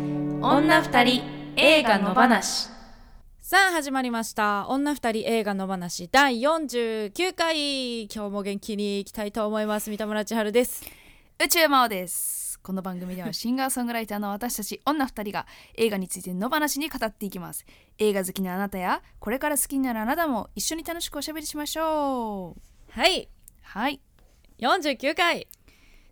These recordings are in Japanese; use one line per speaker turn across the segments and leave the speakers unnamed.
女二人映画の話
さあ始まりました女二人映画の話第49回今日も元気にいきたいと思います三田村千春です
宇宙魔王ですこの番組ではシンガーソングライターの私たち女2人が映画についての話に語っていきます映画好きなあなたやこれから好きになるあなたも一緒に楽しくおしゃべりしましょう
はい
はい
49回、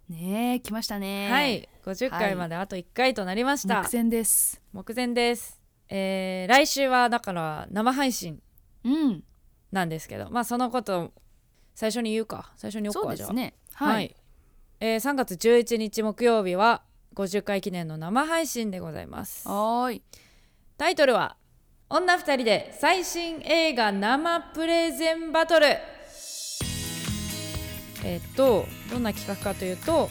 ねえ来ましたね
はい50回まであと1回となりました、
目前です
目前ですえー来週はだから生配信
うん
なんですけどまあそのこと最初に言うか最初に言おう
そう
か
で
じゃあ
すね
はい、えー3月11日木曜日は50回記念の生配信でございます
はーい
タイトルは「女二人で最新映画生プレゼンバトル」えっとどんな企画かというと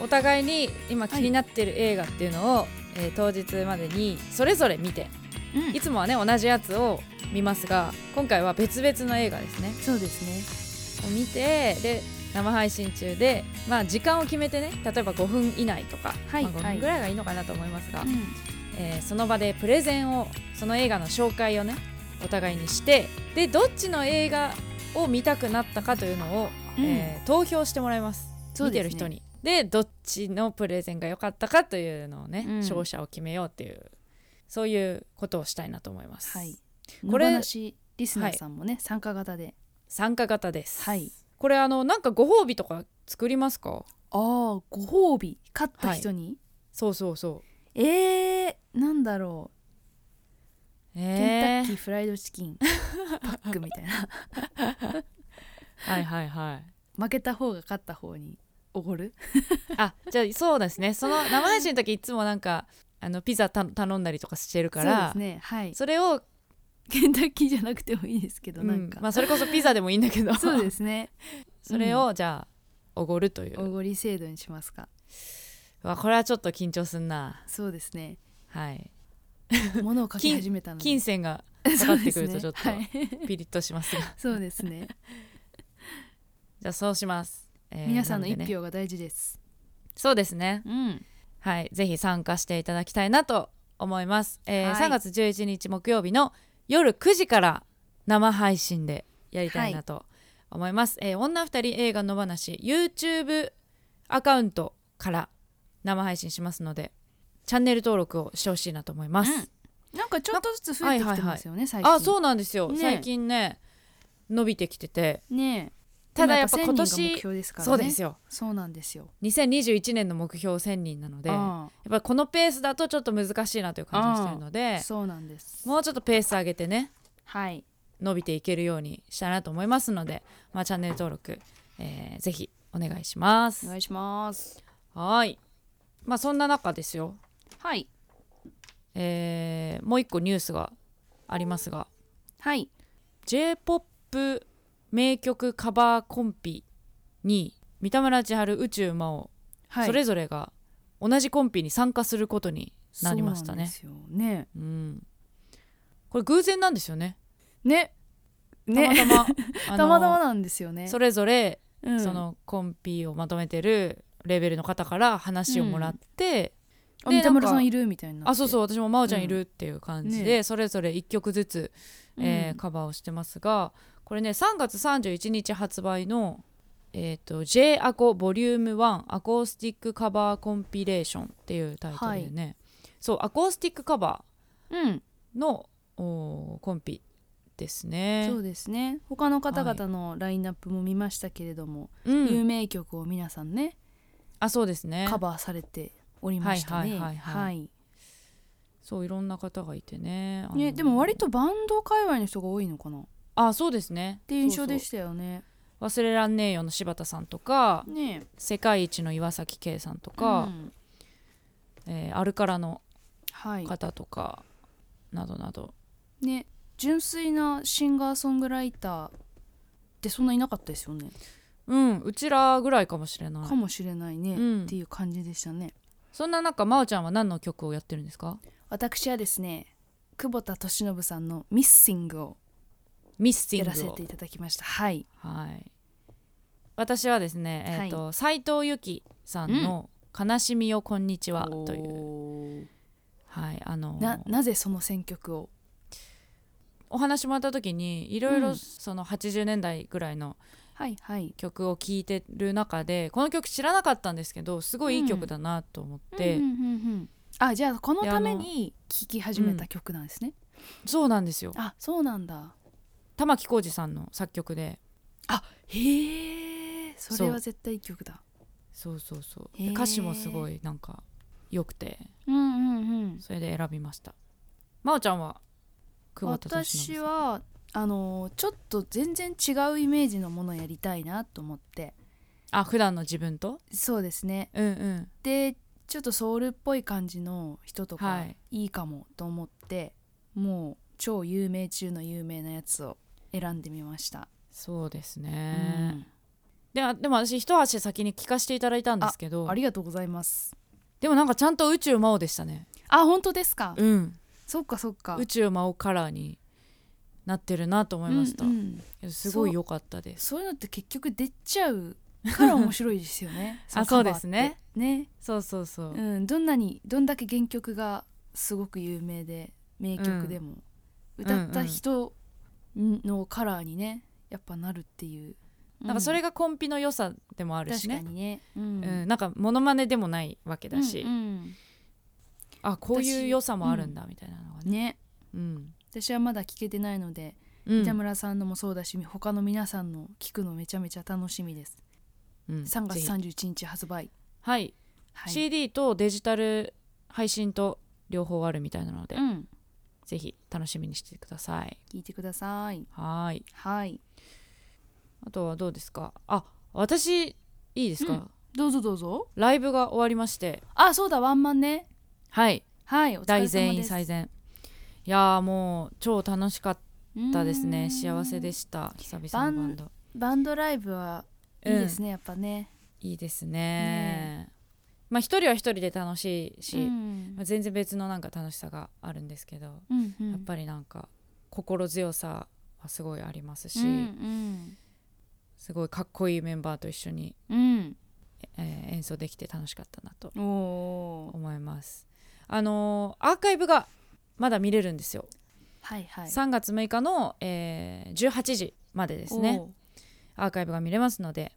お互いに今気になってる映画っていうのを、えー当日までにそれぞれ見て
うん
いつもはね同じやつを見ますが今回は別々の映画ですね
そうですね
を見てで生配信中で、まあ、時間を決めてね例えば5分以内とか、
はい
まあ、5
はい
分ぐらいがいいのかなと思いますが、
うん
えーその場でプレゼンをその映画の紹介をねお互いにしてでどっちの映画を見たくなったかというのを、
うん
えー投票してもらいます
そう
見
で
て
すね
る人に。でどっちのプレゼンが良かったかというのをね、
うん
勝者を決めようっていうそういうことをしたいなと思います。
はい
これ
野放しリスナーさんもね、参加型で
参加型です、
はい
これあのなんかご褒美とか作りますか
ああご褒美勝った人に、
そうそうそう。
えー、なんだろうケンタ
え
ッキーフライドチキンパックみたいな
はいはいはい。
負けた方が勝った方におごる
あじゃあそうですねその生配信の時いつもなんかあのピザた頼んだりとかしてるから
そうですねはい
それを、
ケンタッキーじゃなくてもいいですけど、なんか、
うんまあ、それこそピザでもいいんだけど
そうですすね
それをじゃあおごるとい
お
う
ごり制度にしますか
わこれはちょっと緊張すんな
そうです ね
はい
物を書き始めたので
金銭がかかってくるとちょっと
そうですね,、はい、
ピリッとしますが
そうですね
じゃあそうします、えー
皆さんの
な
一
でね
票が大事です、
そうですね
うん
はい、ぜひ参加していただきたいなと思います。えー
はい
3月11日木曜日の夜9時から生配信でやりたいなと思います。えー女二人映画の話 YouTube アカウントから生配信しますので、チャンネル登録をしてほしいなと思います。
なんかちょっとずつ増えてきてますよね、最近
あ、そうなんですよ。
ね
最近ね伸びてきてて、
うねえ
ただやっぱ
で
今
もやっぱ1000
年
人が目標ですからね
そうですよ。
そうなんですよ
2021年の目標1000人なので、やっ
あ
ぱりこのペースだとちょっと難しいなという感じがしてるの
あ
で、
そうなんです
もうちょっとペース上げてね
はい
伸びていけるようにしたいなと思いますので、まあ、チャンネル登録、えーぜひお願いしま
お
す。
願いします
はーいまあそんな中ですよ、
はい
えーもう一個ニュースがありますが
はい
j p o p 名曲カバーコンピに三田村千春宇宙魔王、
はい、
それぞれが同じコンピに参加することになりましたね。
そうなんですよね
うんこれ偶然なんですよね。
ねね
たまたまあの
たまたまなんですよね。
それぞれ
うん
そのコンピをまとめてるレベルの方から話をもらって、
あ
で
三田村さ
な
ん
んか
いるみたいになって。
あそうそう
う。
私も真央ちゃんいるっていう感じで、それぞれ1曲ずつ、えー
うん
カバーをしてますがこれね3月31日発売の「えー、と J アコボリューム1アコースティックカバーコンピレーション」っていうタイトルでね、そうアコースティックカバ
うん。
ーのおーコンピですね。
そうですね。他の方々のラインナップも見ましたけれども、
うん
有名曲を皆さんね
あそうですね
カバーされておりましたね。
はいはいはいはい
い。
そういろんな方がいてね。あの
ねでも割とバンド界隈の人が多いのかなっ
あそうですねって
いう印象でしたよね。
忘れらんねえよの柴田さんとか
ね。
世界一の岩崎圭さんとか
う、ん
えーアルカラの
はい。
方とかなどなど
ね純粋なシンガーソングライターってそんないなかったですよね。
うんうちらぐらいかもしれない
かもしれないね、
うん
っていう感じでしたね。
そんな中真央ちゃんは何の曲をやってるんですか
私はですね久保田利伸さんの「ミッシング」を
ミスティ
や
ン
らせ
グを
ていただきましたはい
はい私はですね、えーと斎藤由貴さんの「悲しみよこんにちは」という、
おー
はいあの
ななぜその選曲を
お話もらった時にいろいうろ
ん
その80年代ぐらいの
はいはい
曲を聴いてる中でこの曲知らなかったんですけどすごいいい曲だなと思って、
うんうんうんうんあじゃあこの
であの
ために聴き始めた曲なんですね
そうなんですよ
あ,、そうなんだ
玉置浩二さんの作曲で
へえそれは絶対いい曲だ
そうそうそうで
へー
歌詞もすごいなんか良くて
うんうんうん
それで選びました真央ちゃんは久保田利伸さん
私はあのーちょっと全然違うイメージのものをやりたいなと思って
あ普段の自分と
そうですね
うんうん
でちょっとソウルっぽい感じの人と
は
か
い
いいかもと思って、もう超有名中の有名なやつを選んでみました、
そうですね、であでも私一足先に聞かせていただいたんですけ
う
ど
んありがとうございます
でもなんかちゃんと宇宙魔王でしたね
あ本当ですか、
うん
そっかそっか
宇宙魔王カラーになってるなと思いました、
うんうん
すごい良かったです
そういうのって結局出ちゃうから面白いですよね
あ
のカバー
そう
って
ですね
ね
そうそうそう、
うん、どんなにどんだけ原曲がすごく有名で名曲でも、
ん
歌った人のカラーにねやっぱなるっていう、
なんかそれ
が
がコンピの良さでもあるし
確か
ね
にね、う
うんん、なんかモノマネでもないわけだし、
うんうん
あこういう良さもあるんだみたいなのがね、
ね
うん
私はまだ聴けてないので、
うん
北村さんのもそうだし他の皆さんの聴くのめちゃめちゃ楽しみです
うん
3月
ぜひ
31日発売、
はい、
はい、
CD とデジタル配信と両方あるみたいなので、
うん
ぜひ楽しみにしてください
聴いてください
はーい
はい
あとはどうですかあ私いいですか、
うんどうぞどうぞ
ライブが終わりまして
あそうだワンマンね
はい
はいお疲れ様
大
です
全員最善いやーもう超楽しかったです
う
ね
ん
幸せでした久々のバンド
バンドライブはいいですね、やっぱね、
いいですね
ね
まあ一人は一人で楽しいし、
うん
まあ全然別のなんか楽しさがあるんですけど、
うんうん
やっぱりなんか心強さはすごいありますし、
うん
すごいかっこいいメンバーと一緒に、
うん
えー演奏できて楽しかったなと
うんおー
思いますあのーアーカイブがまだ見れるんですよ、
はいはい
3月6日の、えー18時までですねアーカイブが見れますので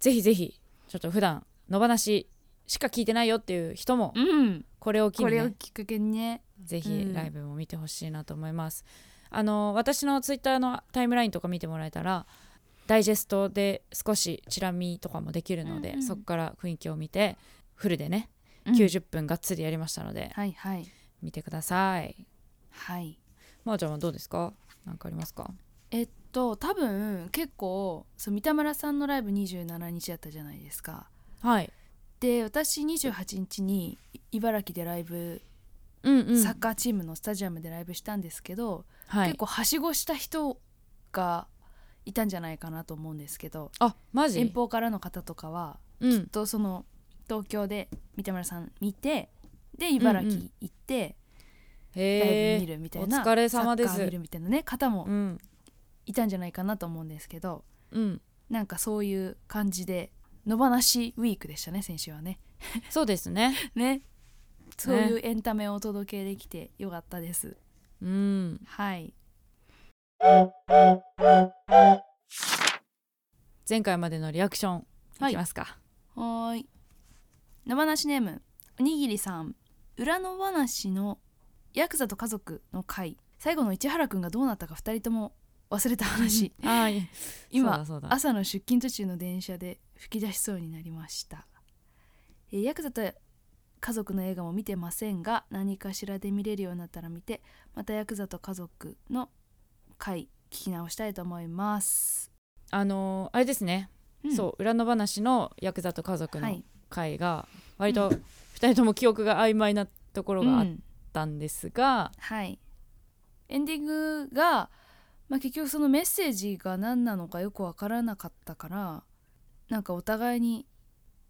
ぜひぜひちょっと普段野放ししか聞いてないよっていう人も
おーうん
これを機
こ
に、
れを
ね、
きっかけにね
ぜ
う
ひ
ん
ライブも見てほしいなと思います、あの私のツイッターのタイムラインとか見てもらえたらダイジェストで少しチラ見とかもできるので、
うんうん
そこから雰囲気を見てフルでね
うん
90分がっつりやりましたので、
はいはい
見てください
はい
まー、ちゃんはどうですかなんかありますか
えっと多分結構そう三田村さんのライブ27日だったじゃないですか
はい
で私28日に茨城でライブ、
うんうん
サッカーチームのスタジアムでライブしたんですけど、
はい
結構はしごした人がいたんじゃないかなと思うんですけど
あマジ
遠方からの方とかは
うん
とその東京で三田村さん見てで茨城行ってライ
へ
ブ見
ー
るみたいな、
お疲れ様です
サッカー見るみたいなね方も
うん
いたんじゃないかなと思うんですけど
うん
なんかそういう感じで野放しウィークでしたね先週はね。
そうですね
ねそういうエンタメをお届けできてよかったです。
うん
はい、
前回までのリアクション
はい
いきますか、
はーい。野放しネームおにぎりさん裏の話のヤクザと家族の回最後の市原くんがどうなったか2人とも忘れた話
はい
今
そうだそう だ
朝の出勤途中の電車で吹き出しそうになりましたえーヤクザと家族の映画も見てませんが何かしらで見れるようになったら見てまたヤクザと家族の回聞き直したいと思います、
あのーあれですね、
ん
そう裏の話のヤクザと家族
は
の
い
会が割と2人とも記憶が曖昧なところがあったんですが、
はい、エンディングが、まあ、結局そのメッセージが何なのかよく分からなかったからなんかお互いに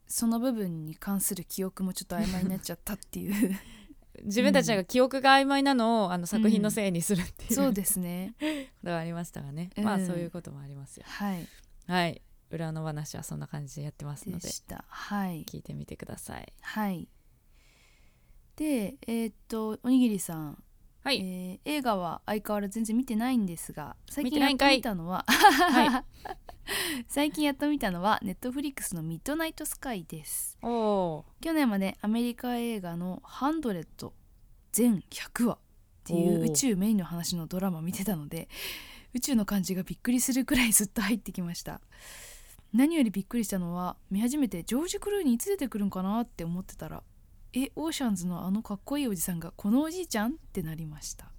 その部分に関する記憶もちょっと曖昧になっちゃったっていう
自分たちが記憶が曖昧なのをあの作品のせいにするっていう、
そう
こ
ですね
とがありましたがね、
うん
まあそういうこともありますよ
はい
はい裏の話はそんな感じでやってますの
で
で
したはい
聞いてみてください
はいでえーっとおにぎりさん、
は
え
い、
ー映画は相変わらず全然見てないんですが最
見て
近
な
やっ
いん
と
かい
見たのは、
は
最近やっと見たのはネットフリックスの「ミッドナイトスカイ」です
おお
去年までアメリカ映画の「ハンドレッド」全100話っていう
おー
宇宙メインの話のドラマ見てたので宇宙の感じがびっくりするくらいずっと入ってきました何よりびっくりしたのは見始めてジョージ・クルーニーいつ出てくるんかなって思ってたらえオーシャンズのあのかっこいいおじさんがこのおじいちゃんってなりました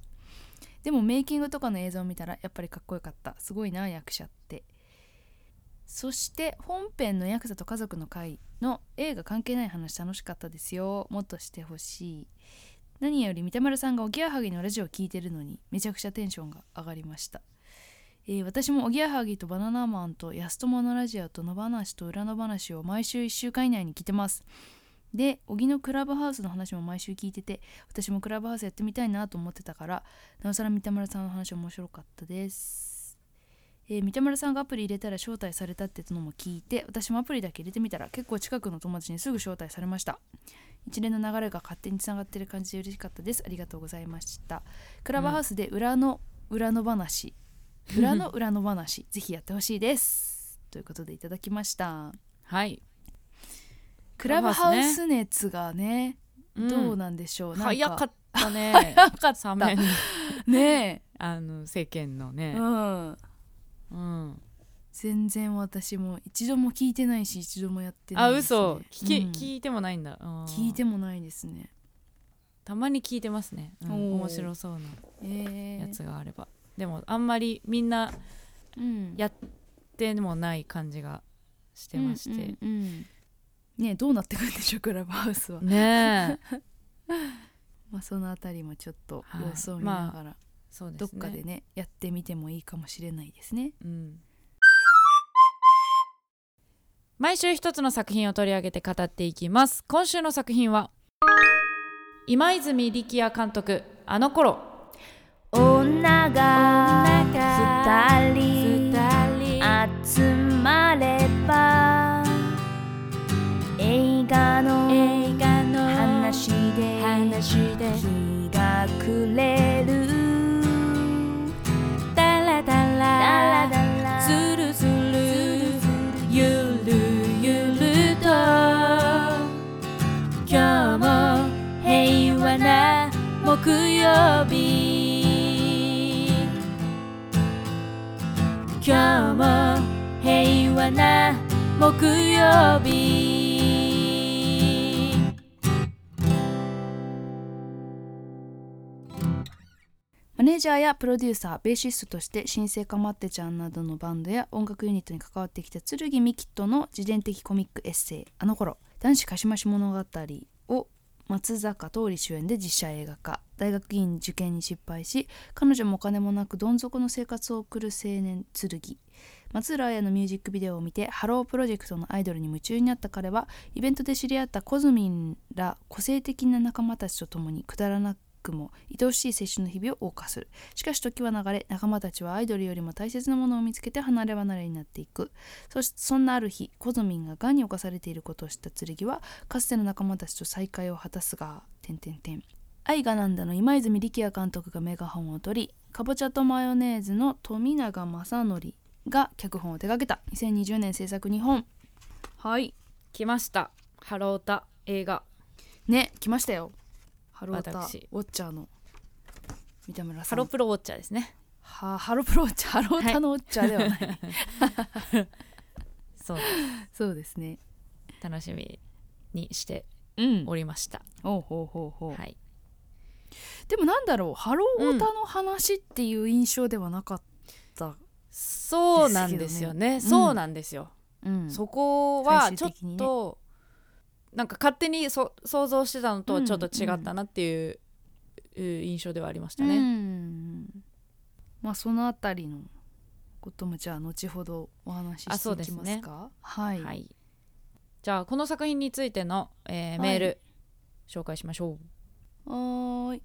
でもメイキングとかの映像を見たらやっぱりかっこよかったすごいな役者ってそして本編の「ヤクザと家族の会」の映画関係ない話楽しかったですよもっとしてほしい何より三田村さんがおぎやはぎのラジオを聞いてるのにめちゃくちゃテンションが上がりました、えー私もおぎやはぎとバナナマンと安友のラジオと野放しと裏の話を毎週1週間以内に聞いてますで小木のクラブハウスの話も毎週聞いてて私もクラブハウスやってみたいなと思ってたからなおさら三田村さんの話面白かったです、えー三田村さんがアプリ入れたら招待されたってのも聞いて私もアプリだけ入れてみたら結構近くの友達にすぐ招待されました一連の流れが勝手につながってる感じで嬉しかったですありがとうございましたクラブハウスで裏の裏の話、裏の裏の話ぜひやってほしいですということでいただきました
はい、
クラブハウス熱がね
うん
どうなんでしょう、なん
早か
か
ったね
早かった
サメの
ね
あの世間の
え、
ね
う、ん、
うん
全然私も一度も聞いてないし一度もやってな
あ
いです、ね、
嘘聞き、
うん
聞いてもないんだあー
聞いてもないですね
たまに聞いてますね、うん
おー
面白そうな
ええ
やつがあれば、でもあんまりみんな
うん
やってもない感じがしてまして、
うんうんうんねえどうなってくるんでしょうクラブハウスは、
ねえ
まあ、そのあたりもちょっと
はい
様子を見ながら、
そうですね
どっかでねやってみてもいいかもしれないですね
うん毎週一つの作品を取り上げて語っていきます今週の作品は今泉力也監督あの頃
女が二人集まれば映画の話で日が暮れるダラダラズルズルゆるゆると今日も平和な木曜日今日も平和な木曜日
マネージャーやプロデューサーベーシストとして新生かまってちゃんなどのバンドや音楽ユニットに関わってきた剣美希との自伝的コミックエッセイ「あの頃男子貸し増し物語」を松坂桃李主演で実写映画化大学院受験に失敗し彼女もお金もなくどん底の生活を送る青年剣松浦綾のミュージックビデオを見てハロープロジェクトのアイドルに夢中になった彼はイベントで知り合ったコズミンら個性的な仲間たちと共にくだらなくも愛おしい青春の日々を謳歌するしかし時は流れ仲間たちはアイドルよりも大切なものを見つけて離れ離れになっていくそしてそんなある日コズミンががんに侵されていることを知った剣はかつての仲間たちと再会を果たすが点々点愛がなんだの今泉力也監督がメガホンを取りかぼちゃとマヨネーズの富永正則が脚本を手掛けた2020年制作日本はい
来ましたハロータ映画
ね来ましたよハロータウ
私
ォッチャーの三田村さ
ハ
ん
ロプロウォッチャーですね
はハロプロウォッチャ ーハロータのウォッチャーではない、
そう
そうですね
楽しみにして
うん
おりました、
おうほうほうほう、
はい
でもなんだろうハローオタの話っていう印象ではなかった、
そうなんですよね
ですけどねうん
そうなんですよ、
うん
そこは
最
ちょ
終
っ
的にね
と、なんか勝手にそ想像してたのと
うん
ちょっと違ったなっていう、う印象ではありました
ね、
ね、
まあそのあたりのこともじゃあ後ほどお話し
あそう
して
で
いき
すね
ますかはい、
はいじゃあこの作品についての、えー
い
メール、紹介しましょう
はーい。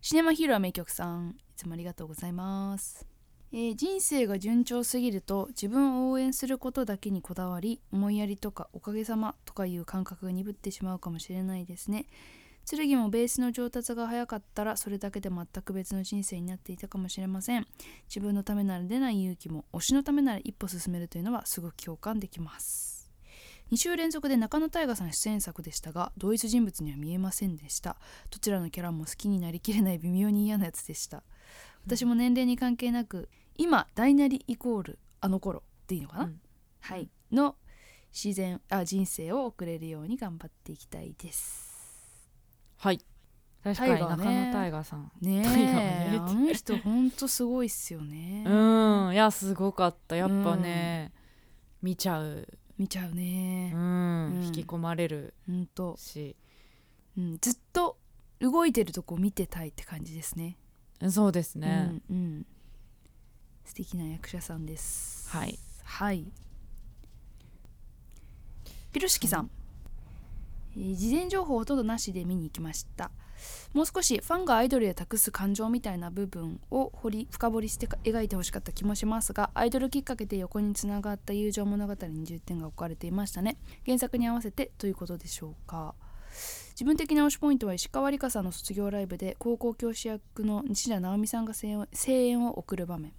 シネマヒーロー名曲さん、いつもありがとうございます。えー人生が順調すぎると自分を応援することだけにこだわり思いやりとかおかげさまとかいう感覚が鈍ってしまうかもしれないですね剣もベースの上達が早かったらそれだけで全く別の人生になっていたかもしれません自分のためなら出ない勇気も推しのためなら一歩進めるというのはすごく共感できます2週連続で中野大河さん出演作でしたが同一人物には見えませんでしたどちらのキャラも好きになりきれない微妙に嫌なやつでした私も年齢に関係なく今大なりイコールあの頃でいいのかな、
うん
はいの自然あ人生を送れるように頑張っていきたいです
はい確かに
タイガーね
中野大河さん
ね
タイガーね
えあの人ほんとすごいっすよね、
うんいやすごかったやっぱね、見ちゃう、
見ちゃう
う
ね
ん
うん
引き込まれる
ほんと、
し
うん、ずっと動いてるとこ見てたいって感じですね
そうですね、
うんうん、素敵な役者さんです
はい
はい。ピロシキさん、えー事前情報ほとんどなしで見に行きました。もう少しファンがアイドルへ託す感情みたいな部分を掘り深掘りしてか描いてほしかった気もしますがアイドルきっかけで横につながった友情物語に重点が置かれていましたね原作に合わせてということでしょうか自分的な推しポイントは石川梨花さんの卒業ライブで高校教師役の西田直美さんが声援を声援を送る場面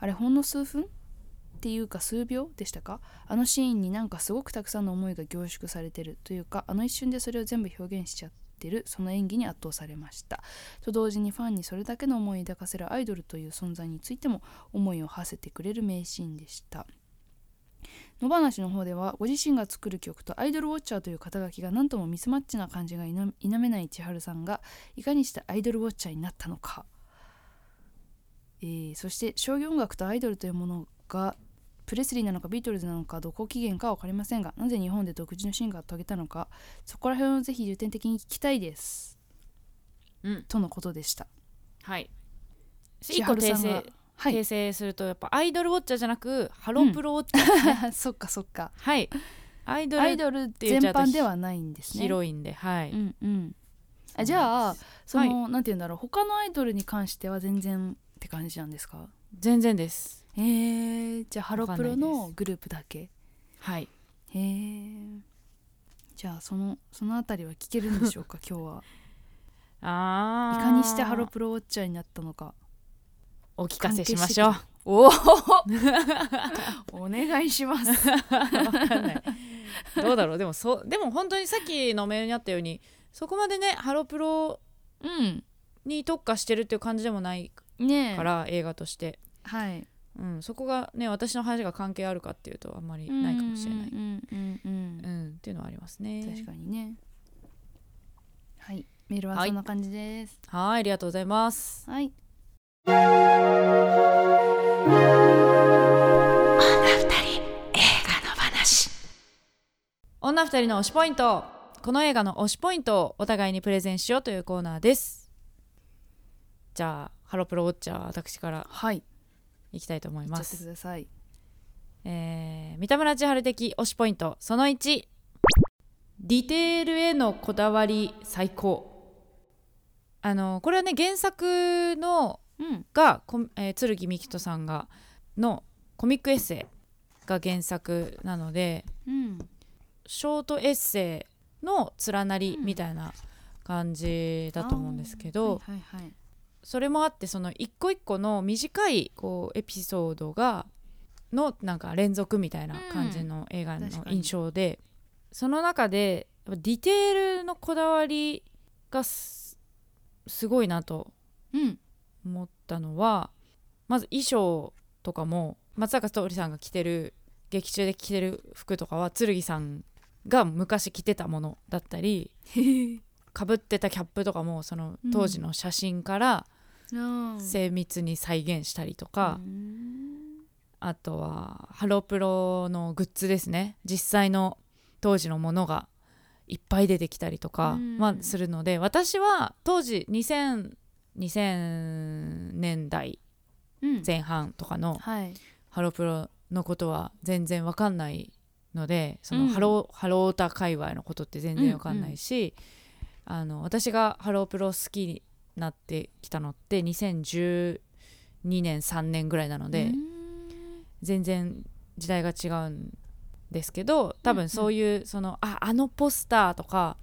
あれほんの数分っていうか数秒でしたかあのシーンになんかすごくたくさんの思いが凝縮されてるというかあの一瞬でそれを全部表現しちゃってるその演技に圧倒されましたと同時にファンにそれだけの思いを抱かせるアイドルという存在についても思いを馳せてくれる名シーンでした野放しの方ではご自身が作る曲とアイドルウォッチャーという肩書きが何ともミスマッチな感じが否否めない千春さんがいかにしてアイドルウォッチャーになったのか、えーそして商業音楽とアイドルというものがプレスリーなのかビートルズなのかどこ起源かは分かりませんがなぜ日本で独自の進化を遂げたのかそこら辺をぜひ重点的に聞きたいです、
うん
とのことでした
はい一
千
個
春さ
訂
ん
正
は、は
訂
い
正するとやっぱアイドルウォッチャーじゃなくハロプロウォッチャー、
そっかそっか
はいアイド
アイ
ル
ドル全
言っちゃうと
般ではないんですね
広いんではい、
うんうんあじゃあその、なんて言うんだろう他のアイドルに関しては全然って感じなんですか
全然です
えー、じゃあハロプロ
わかんない
の
で
グループだけ
はい
へえじゃあそのそのあたりは聞けるんでしょうか 今日は
あ
い
ー
かにしてハロプロウォッチャーになったのか
お聞かせしましょう
おおお願いします
わかんないどうだろうでもそうでも本当にさっきのメールにあったようにそこまでねハロプロ
うん
に特化してるっていう感じでもない
ねえ
から、映画として、
はい
うん、そこがね私の話が関係あるかっていうとあんまりないかもしれない、
う
うん
うんうんうん
っていうのはありますね
確かにねはいメール
は
はいそんな感じです
はいありがとうございます
はい
女二人の推しポイントこの映画の推しポイントをお互いにプレゼンしようというコーナーですじゃあハロプロウォッチャー私から
はい
いきたいと思い
言っ
ま
ちゃって
す
ください
えー三田村千春的推しポイントその1ディテールへのこだわり最高あのこれはね原作の
うん
が、こんえー、剣美人さんがのコミックエッセイが原作なので
うん
ショートエッセイの連なりみたいな感じだと思うんですけど、
はいはいはい
それもあってその一個一個の短いこうエピソードがのなんか連続みたいな感じの映画の
確かに
印象で、その中でやっぱディテールのこだわりがすすごいなと
うん
思ったのはまず衣装とかも松坂桃李さんが着てる劇中で着てる服とかは剣さんが昔着てたものだったりかぶってたキャップとかもその当時の写真から、
あー
精密に再現したりと
う
か、
ん
あとはハロプロのグッズですね実際の当時のものがいっぱい出てきたりとか、
うん
まあ、するので私は当時2000 2000年代
うん
前半とかの
はい
ハロプロのことは全然わかんないのでその
うん
ハロ,、ハロータ界隈のことって全然わかんないし、あの私がハロープロ好きになってきたのって2012年3年ぐらいなので、
うん
全然時代が違うんですけど多分そういうその、ああのポスターとか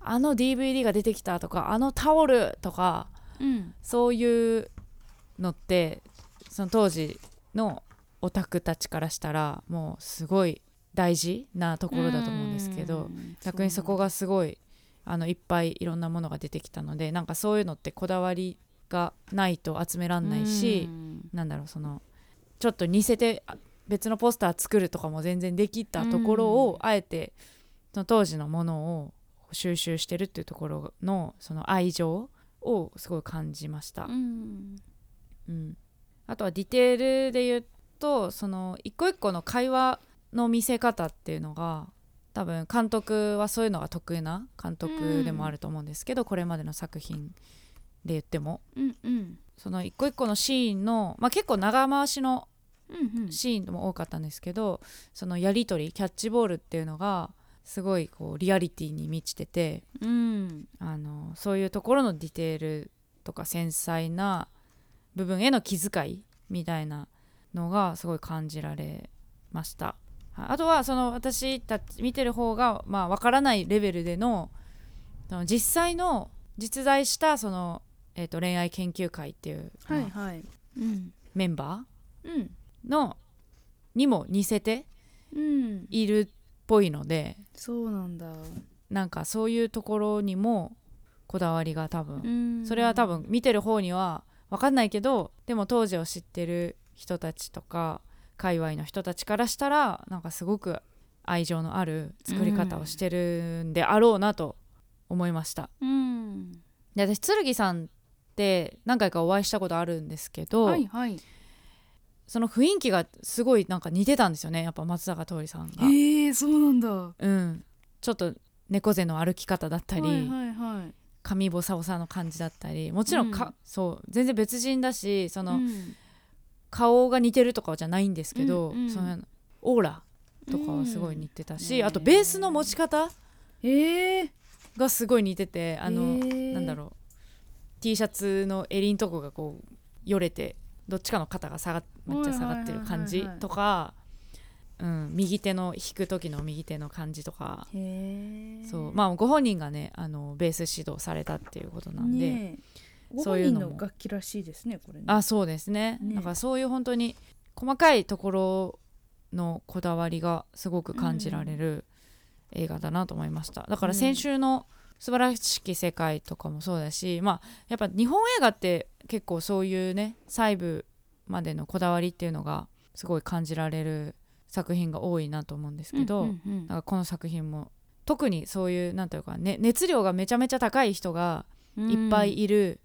あの DVD が出てきたとかあのタオルとか
うん
そういうのってその当時のオタクたちからしたらもうすごい大事なところだと思うんですけど逆にそこ
が
がすごいあのいっぱいいろんなものが出てきたのでなんかそういうのってこだわりがないと集めらんないし、なんだろうそのちょっと似せてあ別のポスター作るとかも全然できたところを、あえてその当時のものを収集してるっていうところのその愛情をすごい感じました。
うん
うん、あとはディテールで言うとその一個一個の会話の見せ方っていうのが多分監督はそういうのが得意な監督でもあると思うんですけど、これまでの作品で言っても
うんうん
その一個一個のシーンの、まあ、結構長回しの
うんうん
シーンも多かったんですけどそのやり取りキャッチボールっていうのがすごいこうリアリティに満ちてて
うん
あのそういうところのディテールとか繊細な部分への気遣いみたいなのがすごい感じられましたはいあとはその私たち見てる方がまあわからないレベルでのその実際の実在したその、えー、と恋愛研究会っていう、
は
ま
い
あ
はいうん
メンバ
うん
ーのにも似せて
うん
いるっぽいので
そうなんだ
なんかそういうところにもこだわりが多分
うん
それは多分見てる方には分かんないけどでも当時を知ってる人たちとか界隈の人たちからしたらなんかすごく愛情のある作り方をしてるんであろうなと思いました。
うん
で私剣さんって何回かお会いしたことあるんですけど、
はいはい
その雰囲気がすごいなんか似てたんですよねやっぱ松坂桃李さんが、
えー、そうなんだは
うん、ちょっと猫背の歩き方だった
い
り、
はいはい
髪ボサボサの感じだったりもちろんか、
うん
そう全然別人だしその、
うん
顔が似てるとかじゃないんですけど、
うんうん
そのオーラとかはすごい似てたし、
うん
あとベースの持ち方
えー、
がすごい似ててあの、なんだ
う
ろう T シャツの襟のとこがこうよれてどっちかの肩が下がっめっちゃ下がってる感
はい
じ
はいはいはい
とか、うん、右手の弾く時の右手の感じとか。
へえ
そうまあ、ご本人がねあのベース指導されたっていうことなんで、
ねえ
そういうのも
ご本人の楽器らしいですねこれね
あそうですね
ね
だからそういう本当に細かいところのこだわりがすごく感じられる映画だなと思いました、だから先週の「素晴らしき世界」とかもそうだしまあやっぱ日本映画って結構そういうね細部までのこだわりっていうのがすごい感じられる作品が多いなと思うんですけど、
うんうんうん
だからこの作品も特にそういうなんていうか、ね、熱量がめちゃめちゃ高い人がいっぱいいる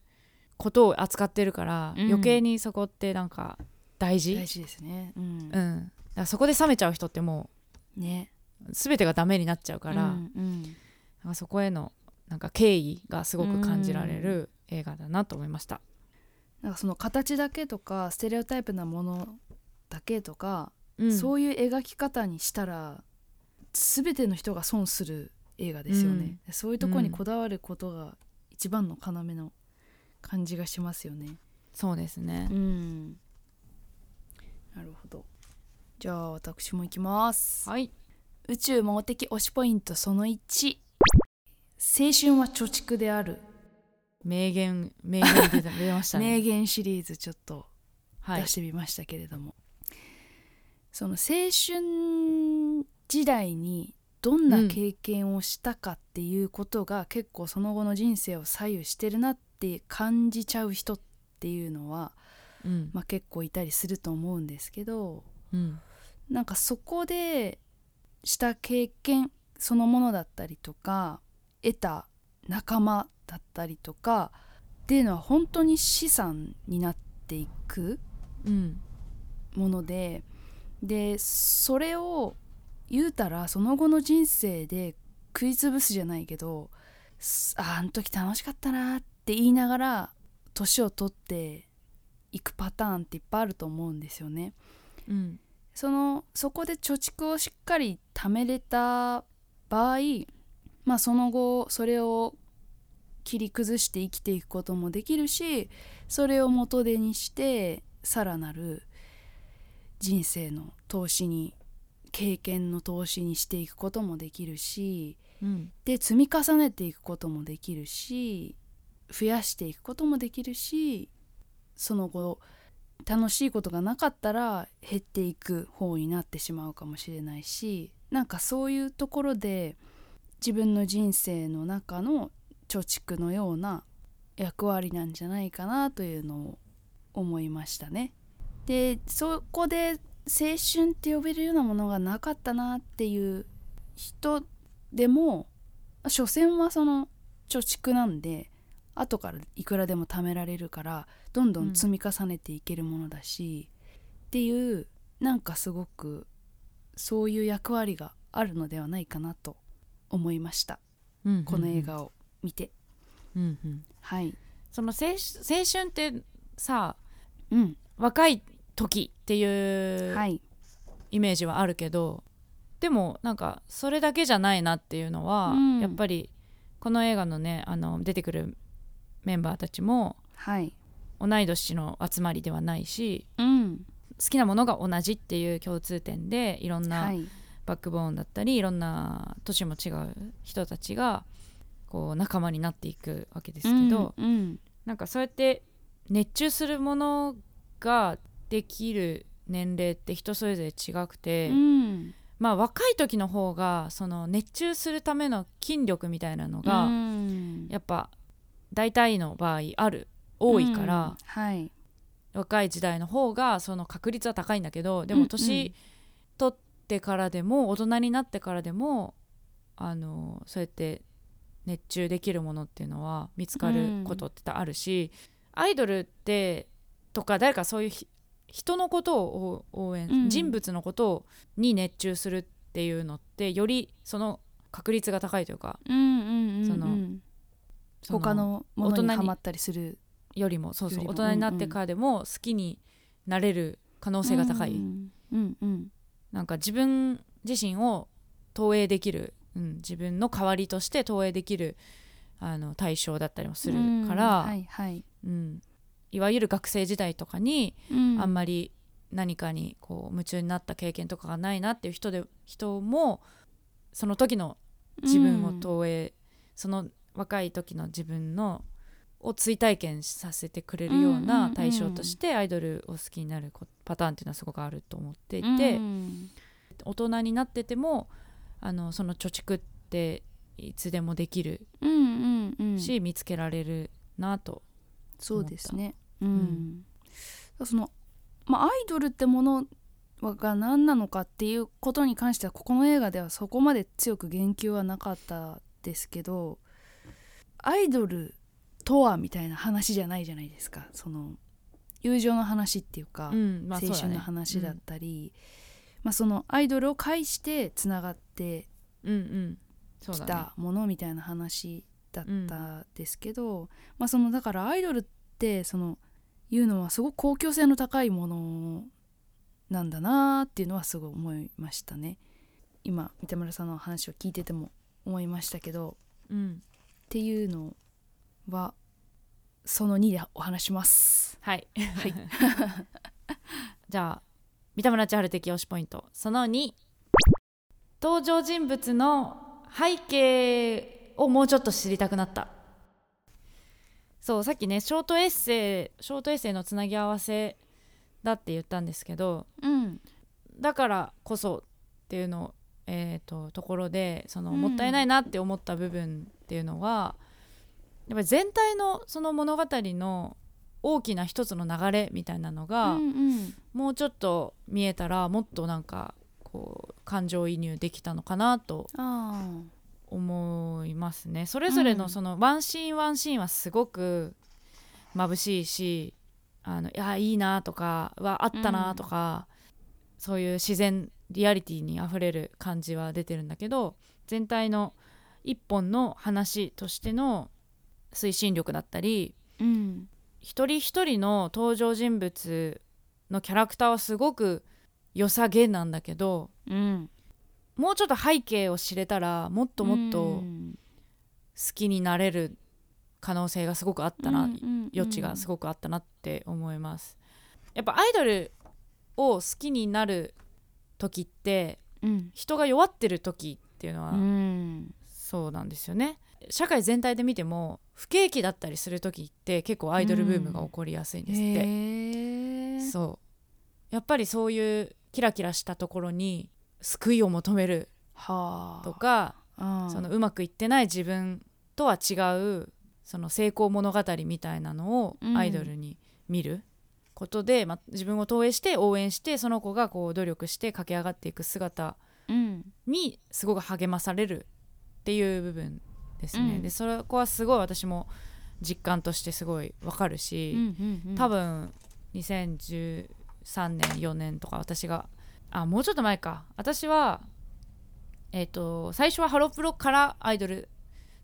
ことを扱ってるから、
うん
余計にそこってなんか大事
大事ですね。うん
う。ん、だからそこで冷めちゃう人っても
ね。
う全てがダメになっちゃうから、
うんうん
なんかそこへのなんか敬意がすごく感じられる映画だなと思いました。
なんかその形だけとかステレオタイプなものだけとか、
うん
そういう描き方にしたら全ての人が損する映画ですよね。そういうところにこだわることが一番の要の感じがしますよね。
そうですね
う、ん。なるほど。じゃあ私も行きます。
はい
宇宙盲的推しポイントその1青春は貯蓄である
名言名言出た出ましたね
名言シリーズちょっと
はい
出してみましたけれども、その青春時代にどんな経験をしたかっていうことが、結構その後の人生を左右してるなって感じちゃう人っていうのは、
うん
まあ、結構いたりすると思うんですけど
うん
なんかそこでした経験そのものだったりとか得た仲間だったりとかっていうのは本当に資産になっていく
うん
ものででそれを言うたらその後の人生で食いつぶすじゃないけどすああの時楽しかったなって言いながら年を取っていくパターンっていっぱいあると思うんですよね。
うん
そのそこで貯蓄をしっかり貯めれた場合、まあ、その後それを切り崩して生きていくこともできるしそれを元手にしてさらなる人生の投資に経験の投資にしていくこともできるし
うん
で積み重ねていくこともできるし増やしていくこともできるしその後楽しいことがなかったら減っていく方になってしまうかもしれないしなんかそういうところで自分の人生の中の貯蓄のような役割なんじゃないかなというのを思いましたね。でそこで青春って呼べるようなものがなかったなっていう人でも所詮はその貯蓄なんで後からいくらでも貯められるからどんどん積み重ねていけるものだし、っていうなんかすごくそういう役割があるのではないかなと思いました
うん
この映、画を見て。
うんうん、
はい、
その青春青春ってさ
うん
若い時っていう
はい
イメージはあるけど、でもなんかそれだけじゃないなっていうのは、
うん
やっぱりこの映画のねあの出てくるメンバーたちも
はい
同い年の集まりではないし
うん
好きなものが同じっていう共通点でいろん
は
ないバックボーンだったり、い、ろんな年も違う人たちがこう仲間になっていくわけですけど、
うんうん
なんかそうやって熱中するものができる年齢って人それぞれ違くて、
うん
まあ若い時の方がその熱中するための筋力みたいなのが、
うん
やっぱ大体の場合ある多いから、
うんはい
若い時代の方がその確率は高いんだけどで
うんう
も
ん
年取ってからでも大人になってからでもあのそうやって熱中できるものっていうのは見つかることってあるし、アイドルってとか誰かそういうひ人のことを応援、
うん
人物のことをに熱中するっていうのってよりその確率が高いというか
うんうんうんうん
そのそ
他のもの
大
に
人に
ハマったりする
よりもそうそう
よりも
大人になってからでも好きになれる可能性が高い。
うんうんうん
なんか自分自身を投影できる、うん、自分の代わりとして投影できるあの対象だったりもするか
う
ら、うんん
はいいはい
わゆる学生時代とかに、あ
り
んまり何かにこう夢中になった経験とかがないなっていう人で人もその時の自分を投影、その若い時の自分のを追体験させてくれるよう
うんうんう
なん対象としてアイドルを好きになるこパターンっていうのはすごくあると思っていて。
うん
大人になっててもあのその貯蓄っていつでもできる
うんうんうん
し、見つけられるなと、
そうですねう
うん
そのまあアイドルってものはが何なのかっていうことに関してはここの映画ではそこまで強く言及はなかったですけどアイドルとはみたいな話じゃないじゃないですかその友情の話っていうか、
んまあ
青春の話だったり、まあ、そのアイドルを介してつながって
うんうんうんそう
き
だね
たものみたいな話だったですけど、まあそのだからアイドルってそのいうのはすごく公共性の高いものなんだなっていうのはすごい思いましたね今三田村さんの話を聞いてても思いましたけど
うん
っていうのはその2でお話します
はい、 じゃあ三田村千春的推しポイントその2登場人物の背景をもうちょっと知りたくなったそうさっきねショートエッセイショートエッセイのつなぎ合わせだって言ったんですけど
うん
だからこそっていうの、えー、とところでその
うん
もったいないなって思った部分っていうのは、やっぱり全体のその物語の大きな一つの流れみたいなのが、
うん
もうちょっと見えたらもっとなんかこう感情移入できたのかなと
あ
思いますねそれぞれ
う
の
ん
そのワンシーンワンシーンはすごく眩しいしあのいやいいなとかはあったなとか、そういう自然リアリティにあふれる感じは出てるんだけど全体の一本の話としての推進力だったり
ーうん
一人一人の登場人物のキャラクターはすごく良さげなんだけど
うん
もうちょっと背景を知れたらもっともっと、
うん
好きになれる可能性がすごくあったな、
うんうん
余地がすごくあったなって思いますやっぱアイドルを好きになる時って
うん
人が弱ってる時っていうの
う
は
ん
そうなんですよね社会全体で見ても不景気だったりする時って結構アイドルブームが起こりやすいんですって、
へー
そうやっぱりそういうキラキラしたところに救いを求める
はあ
とか
うん
そのうまくいってない自分とは違うその成功物語みたいなのを
うん
アイドルに見ることで、まあ、自分を投影して応援してその子がこう努力して駆け上がっていく姿
うん
にすごく励まされるっていう部分ですね。
うん
でそこはすごい私も実感としてすごいわかるし、多
多分
分2013年4年とか私があもうちょっと前か私はえっ、と最初はハロプロからアイドル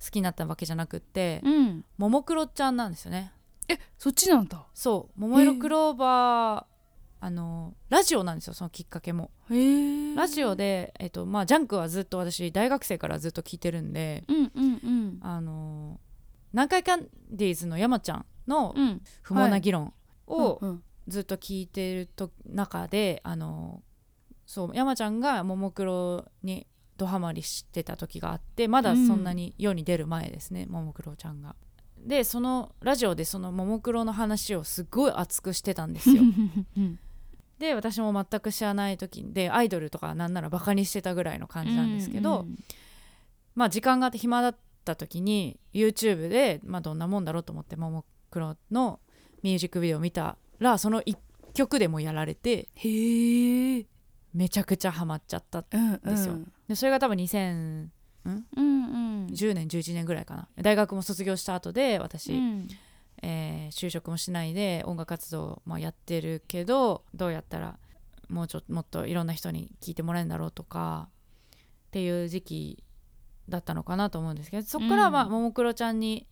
好きになったわけじゃなくって
うん
ももクロちゃんなんですよね
えそっちなんだ
そう「ももいろクローバー」あのラジオなんですよそのきっかけも
へえ
ラジオで、えっとまあ、ジャンクはずっと私大学生からずっと聞いてるんで
うんうんうん
あの南海キャンディーズの山ちゃんの
うん
不毛な議論を、
うん
ずっと聞いてると中であのそう山ちゃんがももクロにドハマりしてた時があってまだそんなに世に出る前ですねももクロちゃんが。でそのラジオでそのももクロの話をすごい熱くしてた んですよ。
うん
で私も全く知らない時でアイドルとかなんならバカにしてたぐらいの感じなんですけど、
うん
まあ時間があって暇だった時に YouTube で、まあ、どんなもんだろうと思ってももクロのミュージックビデオ見たらその一曲でもやられて
へえ
めちゃくちゃハマっちゃった
うん
ですよでそれが多分2010
うんうん
年11年ぐらいかな大学も卒業した後で私、
うん
えー就職もしないで音楽活動もやってるけどどうやったらもうちょっともっといろんな人に聞いてもらえるんだろうとかっていう時期だったのかなと思うんですけどそこからはまあ
うん
ももクロちゃんに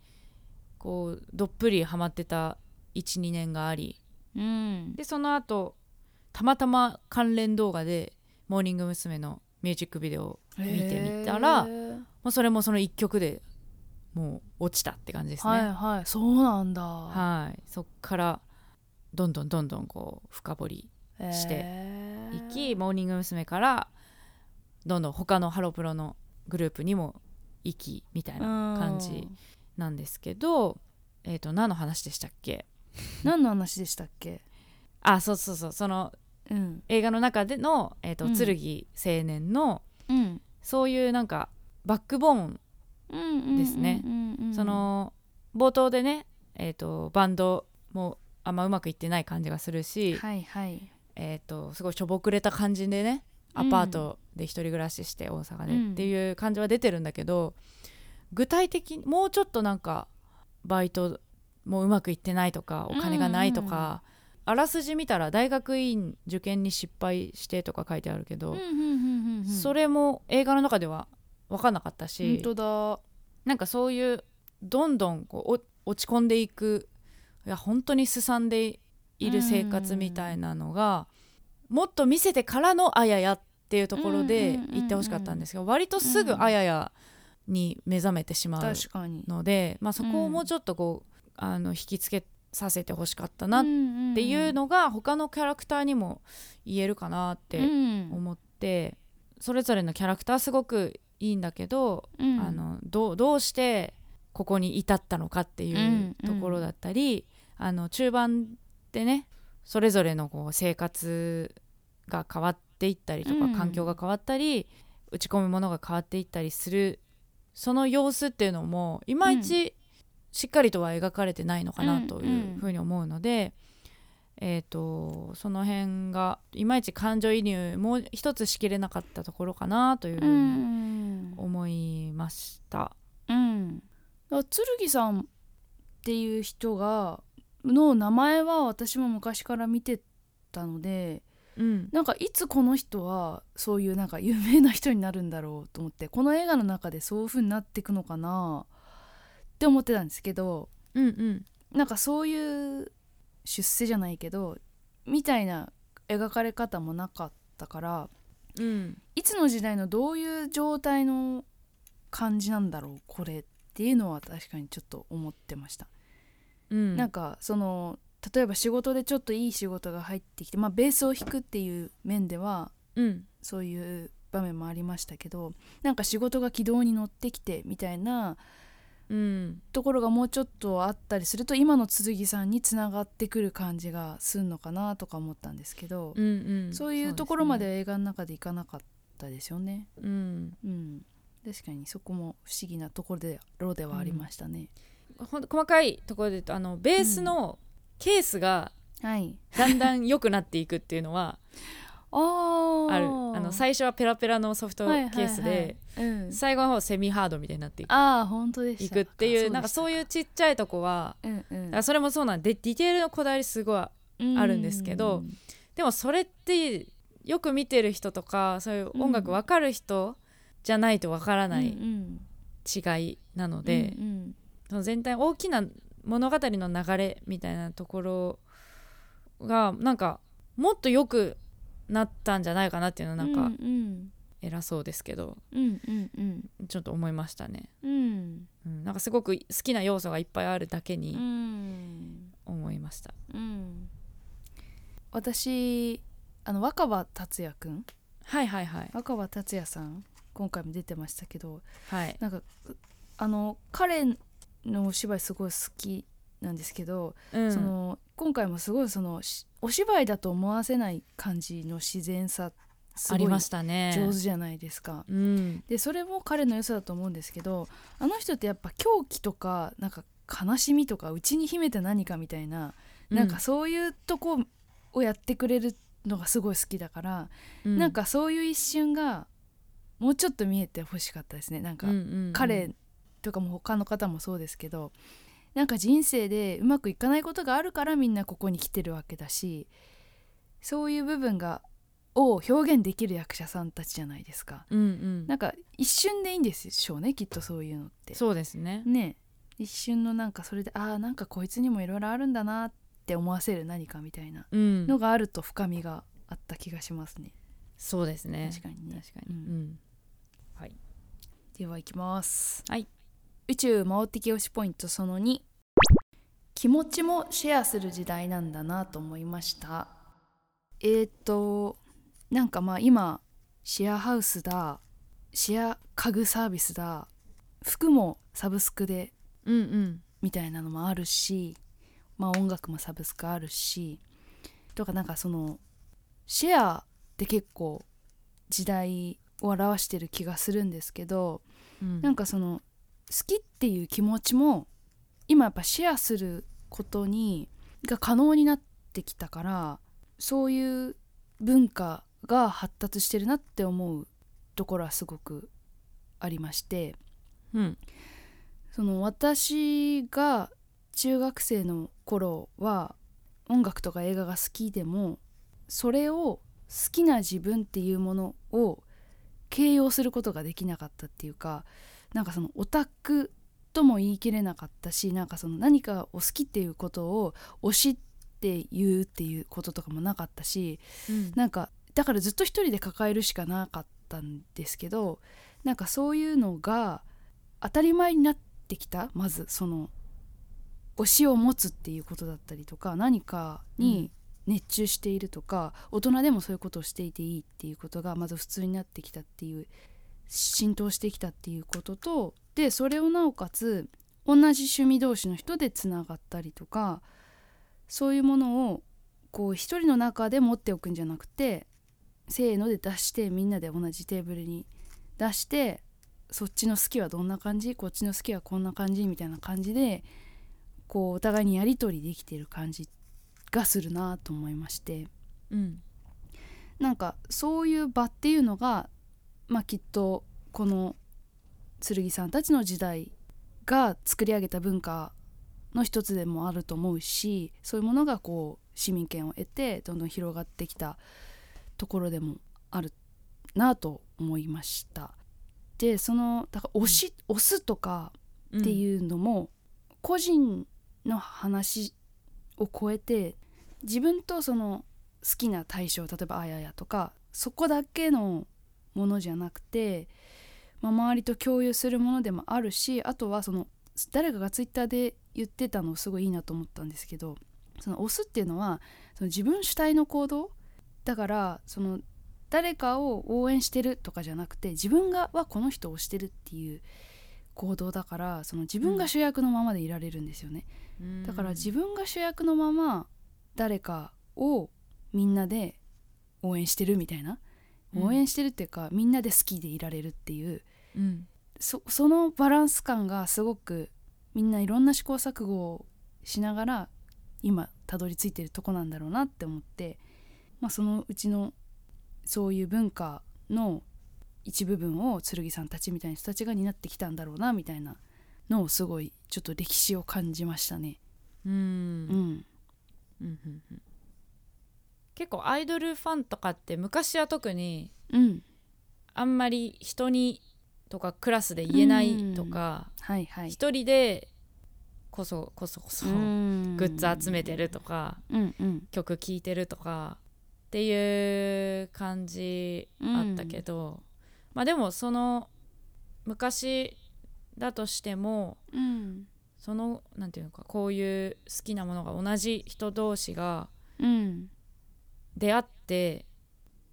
こうどっぷりハマってた12年があり
うん
でその後たまたま関連動画で「モーニング娘。」のミュージックビデオを見てみたら
へ
も
ー
うそれもその一曲でもう落ちたって感じですね。
はいはいそうなんだは
はい、そっからどんどんどんどんこう深掘りしていき、モーニング娘。からどんどん他のハロプロのグループにも行きみたいな感じなんですけど、えっ、と何の話でしたっけ
何の話でしたっけ
あそうそうそうその
うん
映画の中での、えーと
うん
剣青年の
うん
そういうなんかバックボーン、ですねその冒頭でね、えー、とバンドもあんまうまくいってない感じがするし、
はいはい
えー、とすごいしょぼくれた感じでねアパートで一人暮らしして大阪で、
うん
っていう感じは出てるんだけど具体的にもうちょっとなんかバイトもうまくいってないとかお金がないとか、あらすじ見たら大学院受験に失敗してとか書いてあるけど、そ
れ
れも映画の中では分かんなかったし、
本当
なんかそういうどんどんこうお落ち込んでいくいや本当にすさんでいる生活みたいなのが、もっと見せてからのあややっていうところ
うんう
で
んうんうん
言ってほしかったんですけど割とすぐあややに目覚めてしま
だ
う
確かに
ので、まあ、そこをもうちょっとこうあの引きつけさせてほしかったなっ
って
いうのが他のキャラクターにも言えるかなって思って、それぞれのキャラクターすごくいいんだけどあのどうどうしてここに至ったのかってい
ん
ううところだったり、あの中盤でねそれぞれのこう生活が変わっていったりとか、
うん
環境が変わったり打ち込むものが変わっていったりするその様子っていうのもいまいちしっかりとは描かれてないのかなというふうに思うので、えー、とその辺がいまいち感情移入もう一つしきれなかったところかなというふう
う
に
ん
思いました。
うんだから剣さんっていう人がの名前は私も昔から見てたので
うん、
なんかいつこの人はそういうなんか有名な人になるんだろうと思ってこの映画の中でそういう風になっていくのかなって思ってたんですけど
うん、うん、
なんかそういう出世じゃないけどみたいな描かれ方もなかったから
うん、
いつの時代のどういう状態の感じなんだろうこれっていうのは確かにちょっと思ってました。
うん、
なんかその例えば仕事でちょっといい仕事が入ってきて、まあ、ベースを弾くっていう面では
うん、
そういう場面もありましたけどなんか仕事が軌道に乗ってきてみたいな
うん
ところがもうちょっとあったりすると今の剣さんにつながってくる感じがするのかなとか思ったんですけど
う、んうん、
そういうところまで
そ
は映画の中でいかなかったですよね。
うですね、うん、
うん、確かにそこも不思議なところでろではありましたね。
ほん細かいところで言うとあのベースのケースが
はい。
だんだん良くなっていくっていうの は
あ
あるあの最初はペラペラのソフトケースで、
はいはいはいうん、
最後の方セミハードみたいになっていく
ああ本当でした
いくっていうなんかそう
う
いうちっちゃいとこは
でした、うん
だからそれもそうなんでディテールのこだわりすごい
うん、
あるんですけどでもそれってよく見てる人とかそういう音楽わかる人じゃないとわからな
う
い
んうん
違いなので、
うんうん
その全体大きな物語の流れみたいなところがなんかもっと良くなったんじゃないかなっていうのはなん
う
か
ん
偉そうですけど
うんうんうん
ちょっと思いましたね、
うん
うん、なんかすごく好きな要素がいっぱいあるだけ
う
に
ん
思いました、
うん私あの若葉達也くん
はいはいはい
若葉達也さん今回も出てましたけど
はい
なんかあの彼のお芝居すごい好きなんですけど、
うん
その今回もすごいそのしお芝居だと思わせない感じの自然さすご
あ
い
りま
上
したね
手じゃないですか。
うん
でそれも彼の良さだと思うんですけどあの人ってやっぱ狂気とかなんか悲しみとか内に秘めた何かみたいな、なんか、そういうとこをやってくれるのがすごい好きだから、
う
なんかそういう一瞬がもうちょっと見えてほしかったですねなんか
うんうんうん
彼とかも他の方もそうですけどなんか人生でうまくいかないことがあるからみんなここに来てるわけだしそういう部分がを表現できる役者さんたちじゃないですか。
うんうん
なんか一瞬でいいんでしょうねきっとそういうのって。
そうですね
ね一瞬のなんかそれでああんかこいつにもいろいろあるんだなって思わせる何かみたいな
うん
のがあると深みがあった気がしますね。
そうですね
確かにね
確かに、
うん
うん
では行きます
はい
宇宙魔王的推しポイントその2気持ちもシェアする時代なんだなと思いましたえー、っとなんかまあ今シェアハウスだシェア家具サービスだ服もサブスクで
うんうん
みたいなのもあるしまあ音楽もサブスクあるしとかなんかそのシェアって結構時代を表してる気がするんですけど
うん
なんかその好きっていう気持ちも今やっぱシェアすることにが可能になってきたからそういう文化が発達してるなって思うところはすごくありまして
うん
その私が中学生の頃は音楽とか映画が好きでもそれを好きな自分っていうものを形容することができなかったっていうかなんかそのオタクとも言い切れなかったしなんかその何かを好きっていうことを推しって言うっていうこととかもなかったし
うん
なんかだからずっと一人で抱えるしかなかったんですけどなんかそういうのが当たり前になってきたまずその推しを持つっていうことだったりとか何かに熱中しているとか、大人でもそういうことをしていていいっていうことがまず普通になってきたっていう浸透してきたっていうこととでそれをなおかつ同じ趣味同士の人でつながったりとかそういうものをこう一人の中で持っておくんじゃなくてせーので出してみんなで同じテーブルに出してそっちの好きはどんな感じこっちの好きはこんな感じみたいな感じでこうお互いにやり取りできてる感じがするなと思いまして
うん
なんかそういう場っていうのがまあきっとこの剣さんたちの時代が作り上げた文化の一つでもあると思うしそういうものがこう市民権を得てどんどん広がってきたところでもあるなと思いました。でそのだから押し押すとか
うん
っていうのも個人の話を超えて自分とその好きな対象例えばあややとかそこだけのものじゃなくて、まあ、周りと共有するものでもあるしあとはその誰かがツイッターで言ってたのすごいいいなと思ったんですけどその押すっていうのはその自分主体の行動だからその誰かを応援してるとかじゃなくて自分がはこの人を推してるっていう行動だからその自分が主役のままでいられるんですよね、だから自分が主役のまま誰かをみんなで応援してるみたいな
うん
応援してるっていうか、みんなで好きでいられるっていう
うん
そそのバランス感がすごくみんないろんな試行錯誤をしながら今たどり着いてるとこなんだろうなって思って、まあ、そのうちのそういう文化の一部分を剣さんたちみたいな人たちが担ってきたんだろうなみたいなのをすごいちょっと歴史を感じましたね。
うん
う
うん
ん、
うんうん結構アイドルファンとかって昔は特に
うん、
あんまり人にとかクラスで言えないとか
はいはい。
一人でこそこそこそグ
グ
ッズ集めてるとか
うんうん
曲聴いてるとかっていう感じ
うん
あったけど、まあでもその昔だとしても
うん
そのなんていうのかこういう好きなものが同じ人同士が
うん
出会って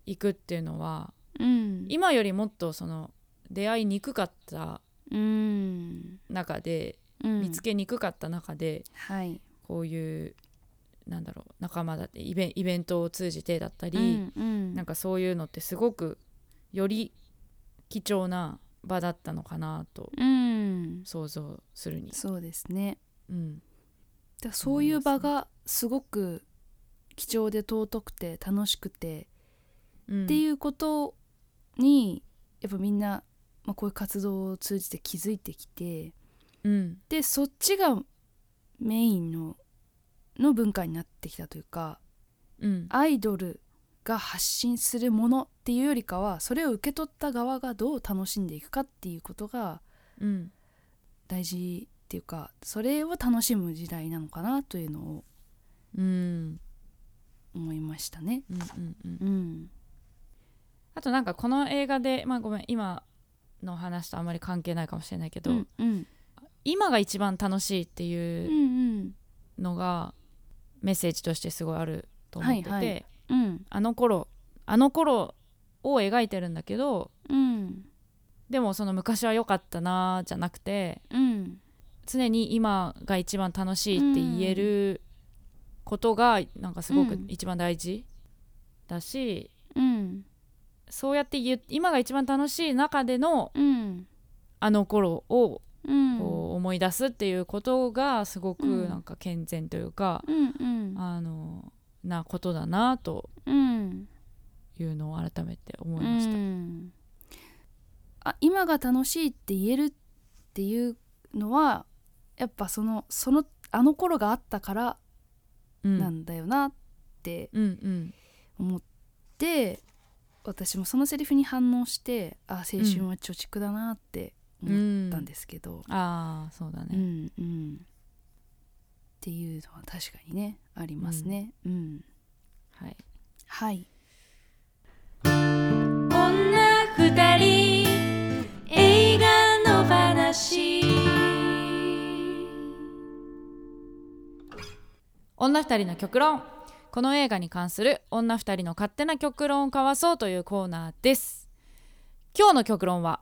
いくっていうのは
うん
今よりもっとその出会いにくかった
うん
中で
うん
見つけにくかった中で、
はい
こういうなんだろう仲間だってイベンイベントを通じてだったり、
うんうん
なんかそういうのってすごくより貴重な場だったのかなと
うん
想像するに、
そうですね
うん
だからそういう場がすごく貴重で尊くて楽しくて、
うん、
って
う
いうことにやっぱみんな、まあ、こういう活動を通じて気づいてきて
ん
でそっちがメインのの文化になってきたというか
うん
アイドルが発信するものっていうよりかはそれを受け取った側がどう楽しんでいくかっていうことが
うん
大事っていうかそれを楽しむ時代なのかなというのを
うんうん
思いましたね。
うんうん
うん、
あとなんかこの映画でまあごめん今の話とあんまり関係ないかもしれないけど、
うんうん
今が一番楽しいって
う
いうんのがメッセージとしてすごいあると思ってて、
はいはいうん
あの頃あの頃を描いてるんだけど
うん
でもその昔は良かったなーじゃなくて
うん
常に今が一番楽しいって言えることがなんかすご
う
く
ん
一番大事だし、
うん
そうやって言う今が一番楽しい中での
うん
あの頃を
うん
こう思い出すっていうことがすご
う
く
ん
なんか健全というか、
うんうん
あのなことだなと
うん
いうのを改めて思
う
いました。
んあ今が楽しいって言えるっていうのはやっぱそのそのあの頃があったから
うん、
なんだよなって
うんうん
思って、私もそのセリフに反応してあ青春は貯蓄だなって思ったんですけど、
ああそうだ
う
ね、
んうんっていうのは確かにねありますね。うん
はい
はい、
女二人映画の話
女二人の極論この映画に関する女二人の勝手な極論を交わそうというコーナーです今日の極論は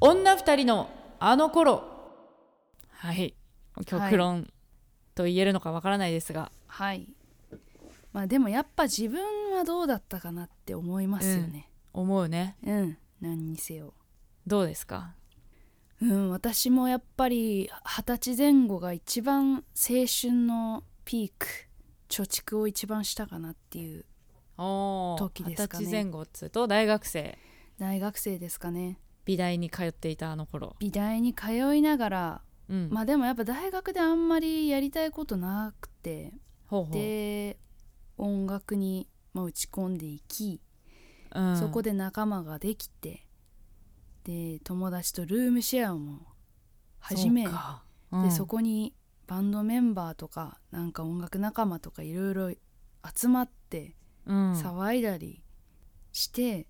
女二人のあの頃はい極論と言えるのかわからないですが、
はいまあ、でもやっぱ自分はどうだったかなって思いますよね。
思うね
うん、何にせよ。
どうですか
うん、私もやっぱり二十歳前後が一番青春のピーク貯蓄を一番したかなっていう
お
時ですかね
20歳前後っつうと大学生
大学生ですかね
美大に通っていたあの頃、
美大に通いながら
うん
まあでもやっぱ大学であんまりやりたいことなくて
ほうほう
で音楽にまあ打ち込んでいき、
うん
そこで仲間ができてで友達とルームシェアも始め
そう
で
かうん
そこにバンドメンバーとかなんか音楽仲間とかいろいろ集まって
うん
騒いだりして、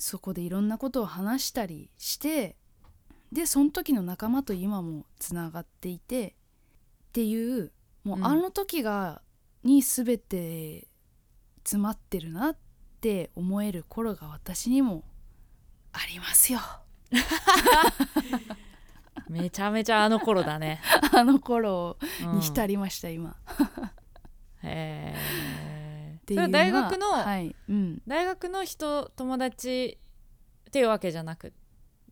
そこでいろんなことを話したりしてでその時の仲間と今もつながっていてっていうもう
うん
あの時が、に全て詰まってるなっって思える頃が私にもあります よ
めちゃめちゃあの頃 だね、
あの頃
うん
に浸りました今っ
へえ
て
そ
い
れ
うのは
は大学の、
はいうん、
大学の人友達っていうわけじゃなく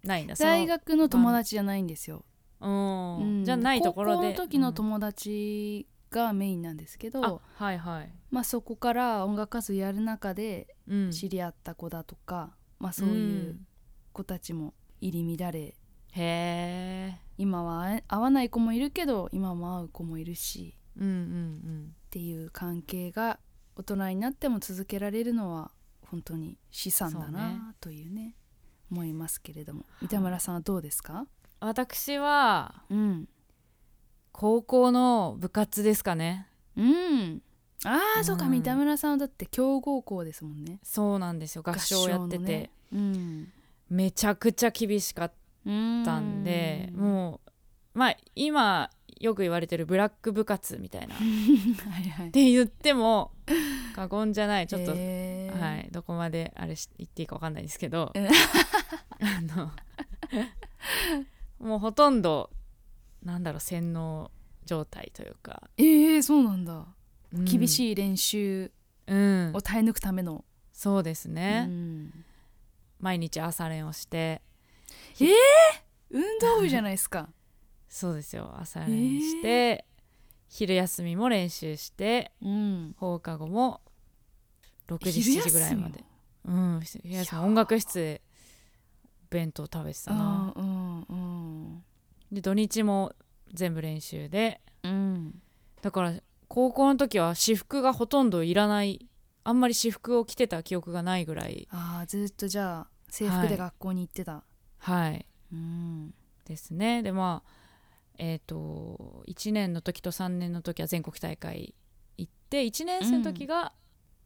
ないんだその
大学の友達じゃないんですよ、
うん
うん
じゃないところで
高校の時の友達がメインなんですけど、
うんあはいはい、
まあ、そこから音楽活動やる中で
うん、
知り合った子だとか、まあ、そういうう子たちも入り乱れ
うんへえ
今は会え会わない子もいるけど今も会う子もいるし
うんうん
っていう関係が大人になっても続けられるのは本当に資産だ
そう
なというね思いますけれども三田村さんはどうですか、
うん私は
うん、
高校の部活ですかね
うん、あー、そうか
うん
三田村さんはだって強豪校ですもんね
そうなんですよ合唱をやってて、
合唱のねうん
めちゃくちゃ厳しかっ
う
たんで
う
もうまあ今よく言われてるブラック部活みたいなっ
はいはい
て言っても過言じゃないちょっと、
へー
はい、どこまであれし言っていいか分かんないですけど
うん
あの もうほとんどなんだろう洗脳状態というか、
えー、そうなんだ、
うん
厳しい練習
うん
を、耐え抜くための、
そうですね、
うん
毎日朝練をして
運動部じゃないです か
そうですよ朝練して、昼休みも練習して
うん
放課後も6時
昼
7
休み
時ぐらいまでうん昼休み音楽室で弁当食べてたな
あーうんうん
で土日も全部練習で
うん
だから高校の時は私服がほとんどいらないあんまり私服を着てた記憶がないぐらい
あーずっとじゃあ制服
は
で
い
学校に行ってた、
はい
うん
ですねでまあえっ、と1年の時と3年の時は全国大会行って1年生の時が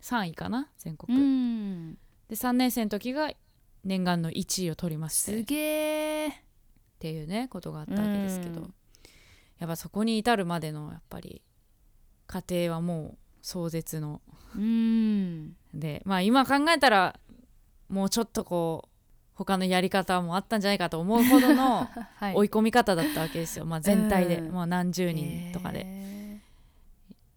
3位かな、全
う
国、
ん
で3年生の時が念願の1位を取りまして
す
っ
げえ
ていうねことがあったわけですけど、
うん
やっぱそこに至るまでのやっぱり過程はもう壮絶の
うん
でまあ今考えたらもうちょっとこう他のやり方もあったんじゃないかと思うほどの
は
追い込み方だったわけですよ、まあ、全体で、
うん
まあ、何十人とかで、
へ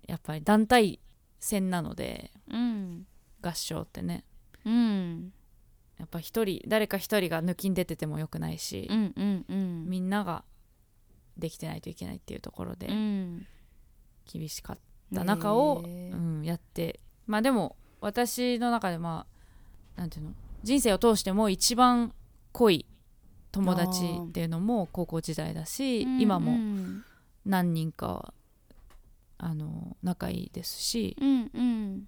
やっぱり団体戦なので
ーうん
合唱ってね
うん
やっぱ一人誰か一人が抜きん出ててもよくないし
う、んうんうん
みんなができてないといけないっていうところで
うん
厳しかった中を、
へー
うん、やってまあでも私の中でまあなんていうの人生を通しても一番濃い友達っていうのも高校時代だし、今
う
も
ん
何人かはあの仲いいですし、
うんうん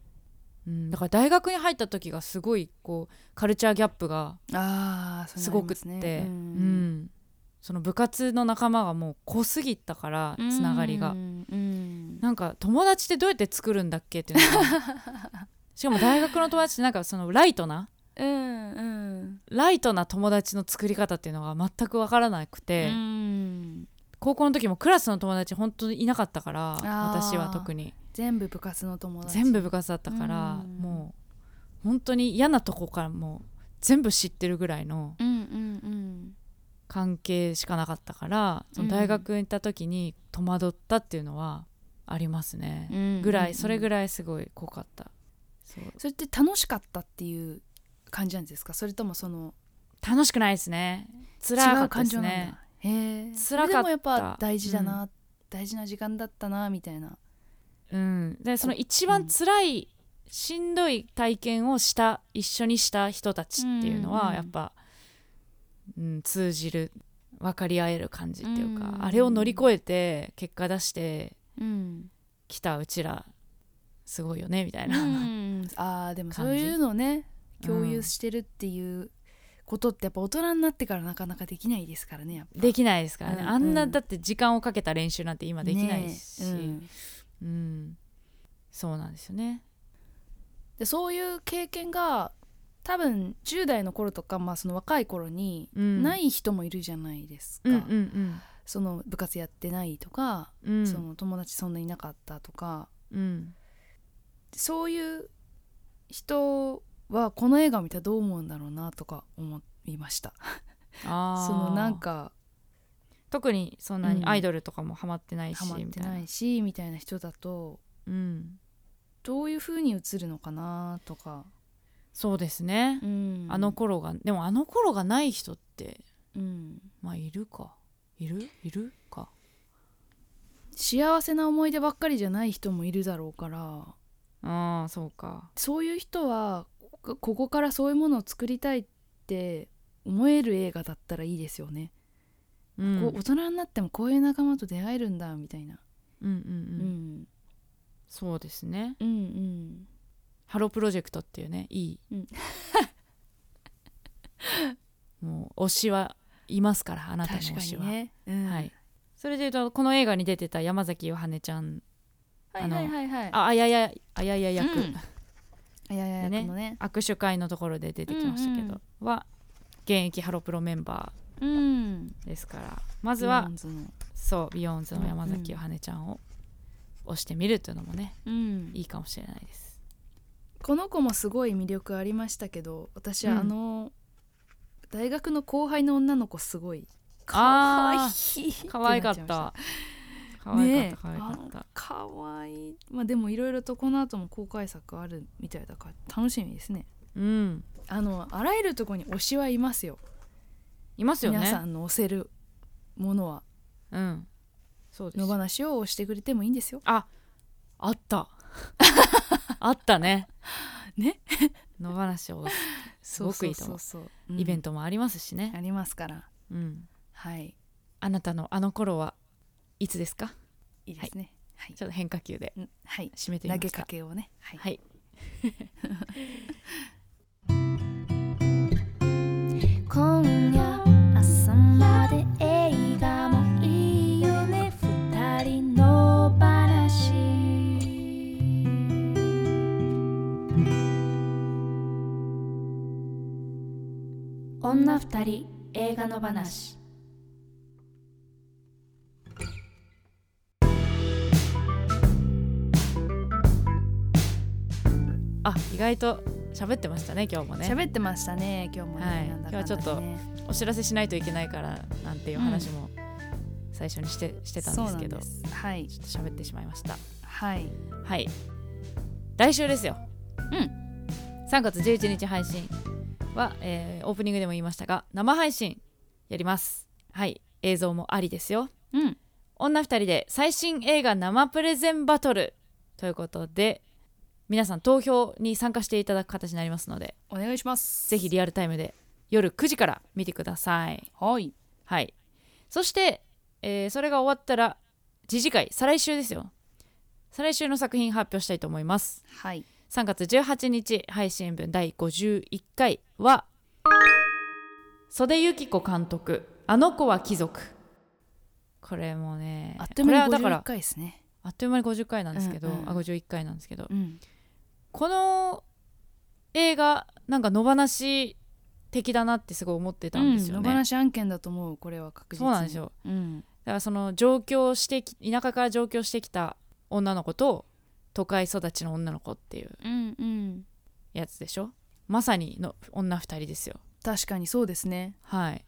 うん、だから大学に入った時がすごいこうカルチャーギャップが
あー
す
それあ
ご
り
く
ま
って、
すね
うんその部活の仲間がもう濃すぎたからつながりが、
うんうん
なんか友達ってどうやって作るんだっけっていうのがしかも大学の友達ってなんかそのライトな
うんうん
ライトな友達の作り方っていうのが全く分からなくて、
うん
高校の時もクラスの友達本当にいなかったから
ー
私は特に
全部部活の友達
全部部活だったから、
うん
もう本当に嫌なとこからもう全部知ってるぐらいの
うんうん
関係しかなかったからその大学に行った時に戸惑ったっていうのはありますね、
うん
ぐらいそれぐ
らい
らいすごい濃かったそう
それって楽しかったっていう感じなんですかそれともその
楽しくないですね辛
違
か
う
った
感
で
情な
す
んだ
ね
へえ
辛かっ
で
た
もやっぱ大事だな、大事な時間だったなみたいな
うんでその一番辛いしんどい体験をした一緒にした人たちっていうの
う
は
ん
やっぱ、うん、通じる分かり合える感じっていうか、
うん
あれを乗り越えて結果出して
うん、
きたうちらすごいよねみたい な、
うん、あーでも
感
そ
じ
ういうのね
うん
共有してるっていうことってやっぱ大人になってからなかなかできないですからねやっぱ
できないですからね、
うん
あん
う
なんだって時間をかけた練習なんて今できないし、
ねえう
うん
ん
そうなんですよね
でそういう経験が多分10代の頃とか、まあ、その若い頃に
うん
ない人もいるじゃないですか、
うんうん
その部活やってないとか、
うんうん
その友達そんないなかったとか
うん
そういう人はこの映画を見たらどう思うんだろうなとか思いました
あー
そのなんか
特にそんなに
うん
アイドルとかもハマってないし、
ハマっ
み
て
たいな
ないしみたいな人だと
うん、
どういう風に映るのかなとか、
そうですね、
うん
あの、頃がでもあの頃がない人って
うん、
まあいるかいるいるか
幸せな思い出ばっかりじゃない人もいるだろうから
ああそうか
そういう人はこここからそういうものを作りたいって思える映画だったらいいですよね、
うん
こう大人になってもこういう仲間と出会えるんだみたいな、
うんうんうん
う、ん、
そうですね
うんうん
ハロプロジェクトっていうねいい、
うん
もう推しはいますからあなたの推しは、
ね、うん
はい、それでいうとこの映画に出てた山崎よはねちゃん
はいはいはいはい
ああややあやや役、
うんあいやいやいや
でね
このね
握手会のところで出てきましたけど、
うんうん
は現役ハロプロメンバ
うん
ーですからま
ま
ずはそうビヨンズの山崎よはねちゃんを押してみるというのもね
うん
いいかもしれないです。
この子もすごい魅力ありましたけど私
うん
あの、大学の後輩の女の子すごい可愛
あ
い
ー可愛かって
なちゃいま
た可愛かっ
ねえ
た可愛かった。
可愛いまあでもいろいろとこの後も公開作あるみたいだから楽しみですね
うん
あのあらゆるところに推しはいますよ
いますよ
皆さ
ね。
んの推せるものは
うんそうで
野。
す
放しを推してくれてもいいんですよ
ああった あったね。
ね
野放しをすごくいいと
そ
思
う
う。
そうそう
イベン
ト
トもありますしね。
ありますから
うん
はい
あなたのあの頃はいつですか？
いいですねはい
ちょっと変化球で
うんはい
締めてみま
投
した。
げかけをねはい
はい。
今夜朝まで映画もいいよね二人の話女二人映画の話
あ意外と喋ってましたね今日もね。
喋ってましたね今日もね、
はい
なんだかんだ
今日はちょっと
ね
お知らせしないといけないからなんていう話も最初にして,、してたんですけど
そうなんですはい
ちょっと喋ってしまいました
はい
はい来週ですよ
うん
3月11日配信は、えーオープニングでも言いましたが生配信やりますはい映像もありですよ
うん
女2人で最新映画生プレゼンバトルということで皆さん投票に参加していただく形になりますので
お願いします
ぜひリアルタイムで夜9時から見てください
はい
はい。そして、えーそれが終わったら、次次回、再来週ですよ。再来週の作品発表したいと思います。
はい
3月18日配信分第51回は、袖由紀子監督、あの子は貴族。これもね、
あっという間
こ
に
れはだか
51
ら、
回ですね
あっという間に50回なんですけど、
うんうん
あ、51回なんですけど、
うん
この映画、なんか野放し的だなってすごい思ってたんですよ
うん
ね。
野放し案件だと思うこれは確実に
そうなんですよ。
うん
だからその上京してき田舎から上京してきた女の子と都会育ちの女の子っていう
うんうん
やつでしょまさにの女2人ですよ
確かにそうですね
はい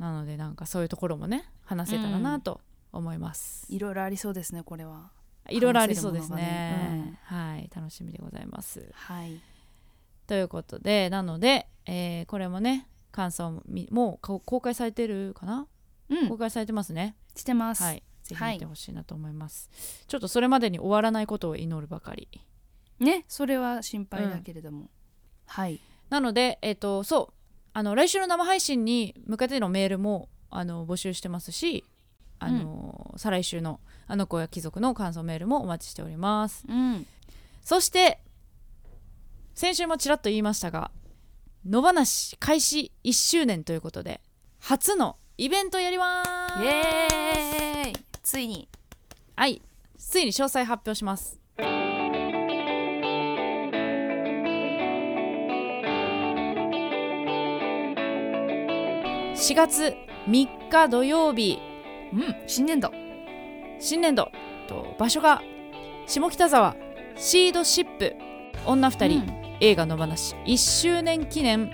なのでなんかそういうところもね話せたらなと思います、
いろいろありそうですねこれは
色いろいろありそうですね
話せるものがね
はい楽しみでございます
はい
ということでなので、えーこれもね感想もみもうこ公開されてるかな、
うん
公開されてますね
してます
はいぜひ見てほしいなと思います、ちょっとそれまでに終わらないことを祈るばかり
ねそれは心配だけれどもはい
なので、えっとそうあの来週の生配信に向けてのメールもあの募集してますしあの、再来週の「あの子や貴族」の感想メールもお待ちしております
うん
そして先週もちらっと言いましたが野放し開始1周年ということで初のイベントやります
イエーイついに
はいついに詳細発表します4月3日土曜日
うん新年度
新年度と場所が下北沢シードシップ女2人、
うん
映画の話1周年記念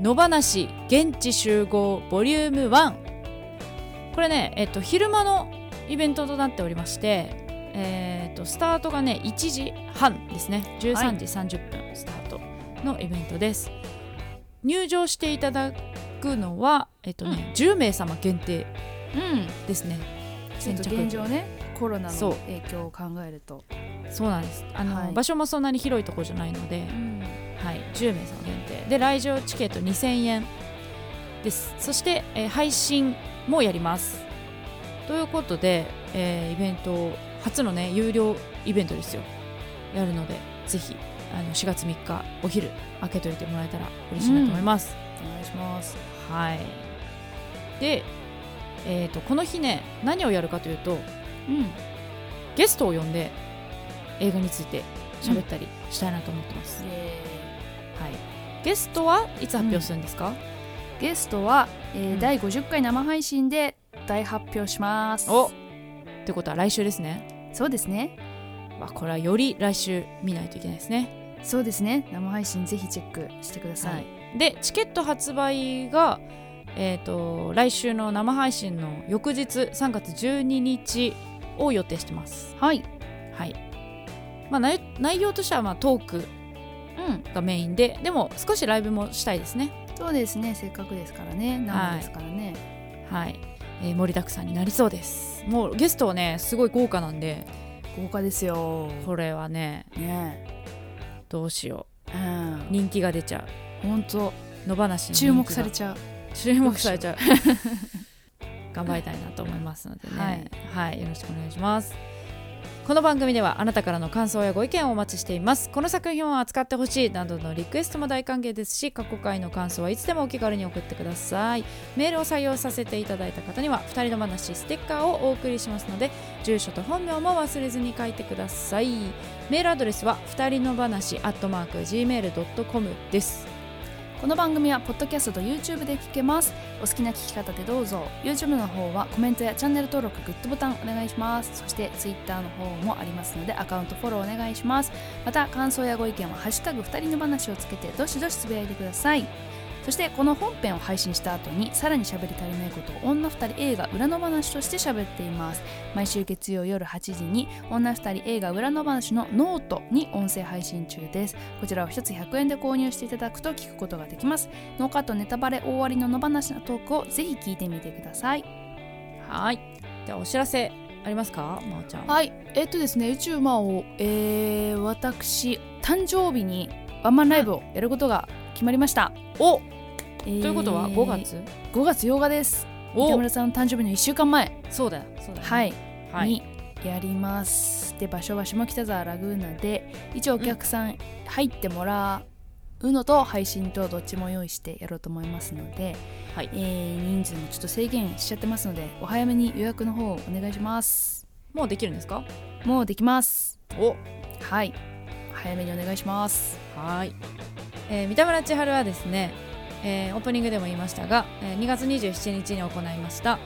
野放し現地集合ボリューム1これね、えっと、昼間のイベントとなっておりまして、えっとスタートがね1時半ですね13時30分スタートのイベントです、入場していただくのは、えっとね10名様限定
うん
ですね
ちょっと
先着
現状ねコロナ
そ
の
う
影響を考えると
そうなんですあの、
はい
場所もそんなに広いとこじゃないので、はい、10名様限定で来場チケット2000円ですそして、えー配信もやりますということで、えーイベント初のね有料イベントですよやるのでぜひあの4月3日お昼開けといてもらえたら嬉しいなと思います、
お願いします
はいで、えー、とこの日ね何をやるかというと
うん
ゲストを呼んで映画について喋ったりしたいなと思ってます、はい、ゲストはいつ発表するんですか、
ゲストは、えー
うん
第50回生配信で大発表します
おってことは来週ですね
そうですね
わこれはより来週見ないといけないですね
そうですね生配信ぜひチェックしてください、
いでチケット発売がえっ、と来週の生配信の翌日3月12日を予定してます
はい、
はいまあ内内容としてはまあトーク
うん、
がメインででも少しライブもしたいですね
そうですねせっかくですからね生ですからね、
はい、えー盛りだくさんになりそうですもうゲストはねすごい豪華なんで
豪華ですよ
これはね
ね
どうしよ
うん
う人気が出ちゃう
本当
野放しに
注目されちゃう
注目されちゃう 頑張りたいなと思いますのでね、はいよろしくお願いしますこの番組ではあなたからの感想やご意見をお待ちしていますこの作品を扱ってほしいなどのリクエストも大歓迎ですし過去回の感想はいつでもお気軽に送ってくださいメールを採用させていただいた方には2人の話ステッカーをお送りしますので住所と本名も忘れずに書いてくださいメールアドレスは2人の話 gmail.com です
この番組はポッドキャストと YouTube で聞けますお好きな聞き方でどうぞ YouTube の方はコメントやチャンネル登録グッドボタンお願いしますそして Twitter の方もありますのでアカウントフォローお願いしますまた感想やご意見は「ハッシュタグ二人の話」をつけてどしどしつぶやいてくださいそしてこの本編を配信した後にさらに喋り足りないことを女二人映画裏の話として喋っています毎週月曜夜8時に女二人映画裏の話のノートに音声配信中ですこちらを1つ100円で購入していただくと聞くことができますノーカットネタバレ大ありの野放しのトークをぜひ聞いてみてください
はい。ではお知らせありますか、まおちゃん。
はいえっとですね宇宙魔王、えー、私誕生日にワンマンライブをやることが決まりました、
お、
えー
ということは5月。
5月8日です
お
北村さんの誕生日の1週間前
そうだよ。そうだよね
はい
は
に
い。
やりますで場所は下北沢ラグーナで一応お客さん入ってもらうのと配信とどっちも用意してやろうと思いますので、
はい
えー人数もちょっと制限しちゃってますのでお早めに予約の方をお願いします
もうできるんですか。
もうできます
お、
はい早めにお願いします
はい。えー三田村千春はですね、えーオープニングでも言いましたが、えー2月27日に行いました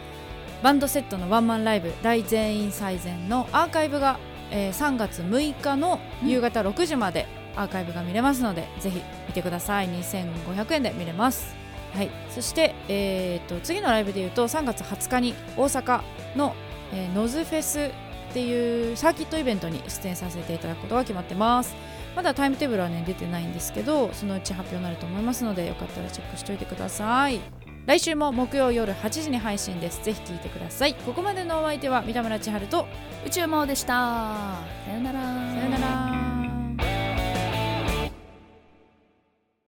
バンドセットのワンマンライブ大全員最善のアーカイブが、えー3月6日の夕方6時までアーカイブが見れますので、ぜひ見てください2500円で見れますはいそして、えーと次のライブでいうと3月20日に大阪の、えーノズフェスっていうサーキットイベントに出演させていただくことが決まってますまだタイムテーブルはね出てないんですけどそのうち発表になると思いますのでよかったらチェックしておいてください来週も木曜夜8時に配信ですぜひ聞いてくださいここまでのお相手は三田村千春と
宇宙魔王でしたさよなら
さよなら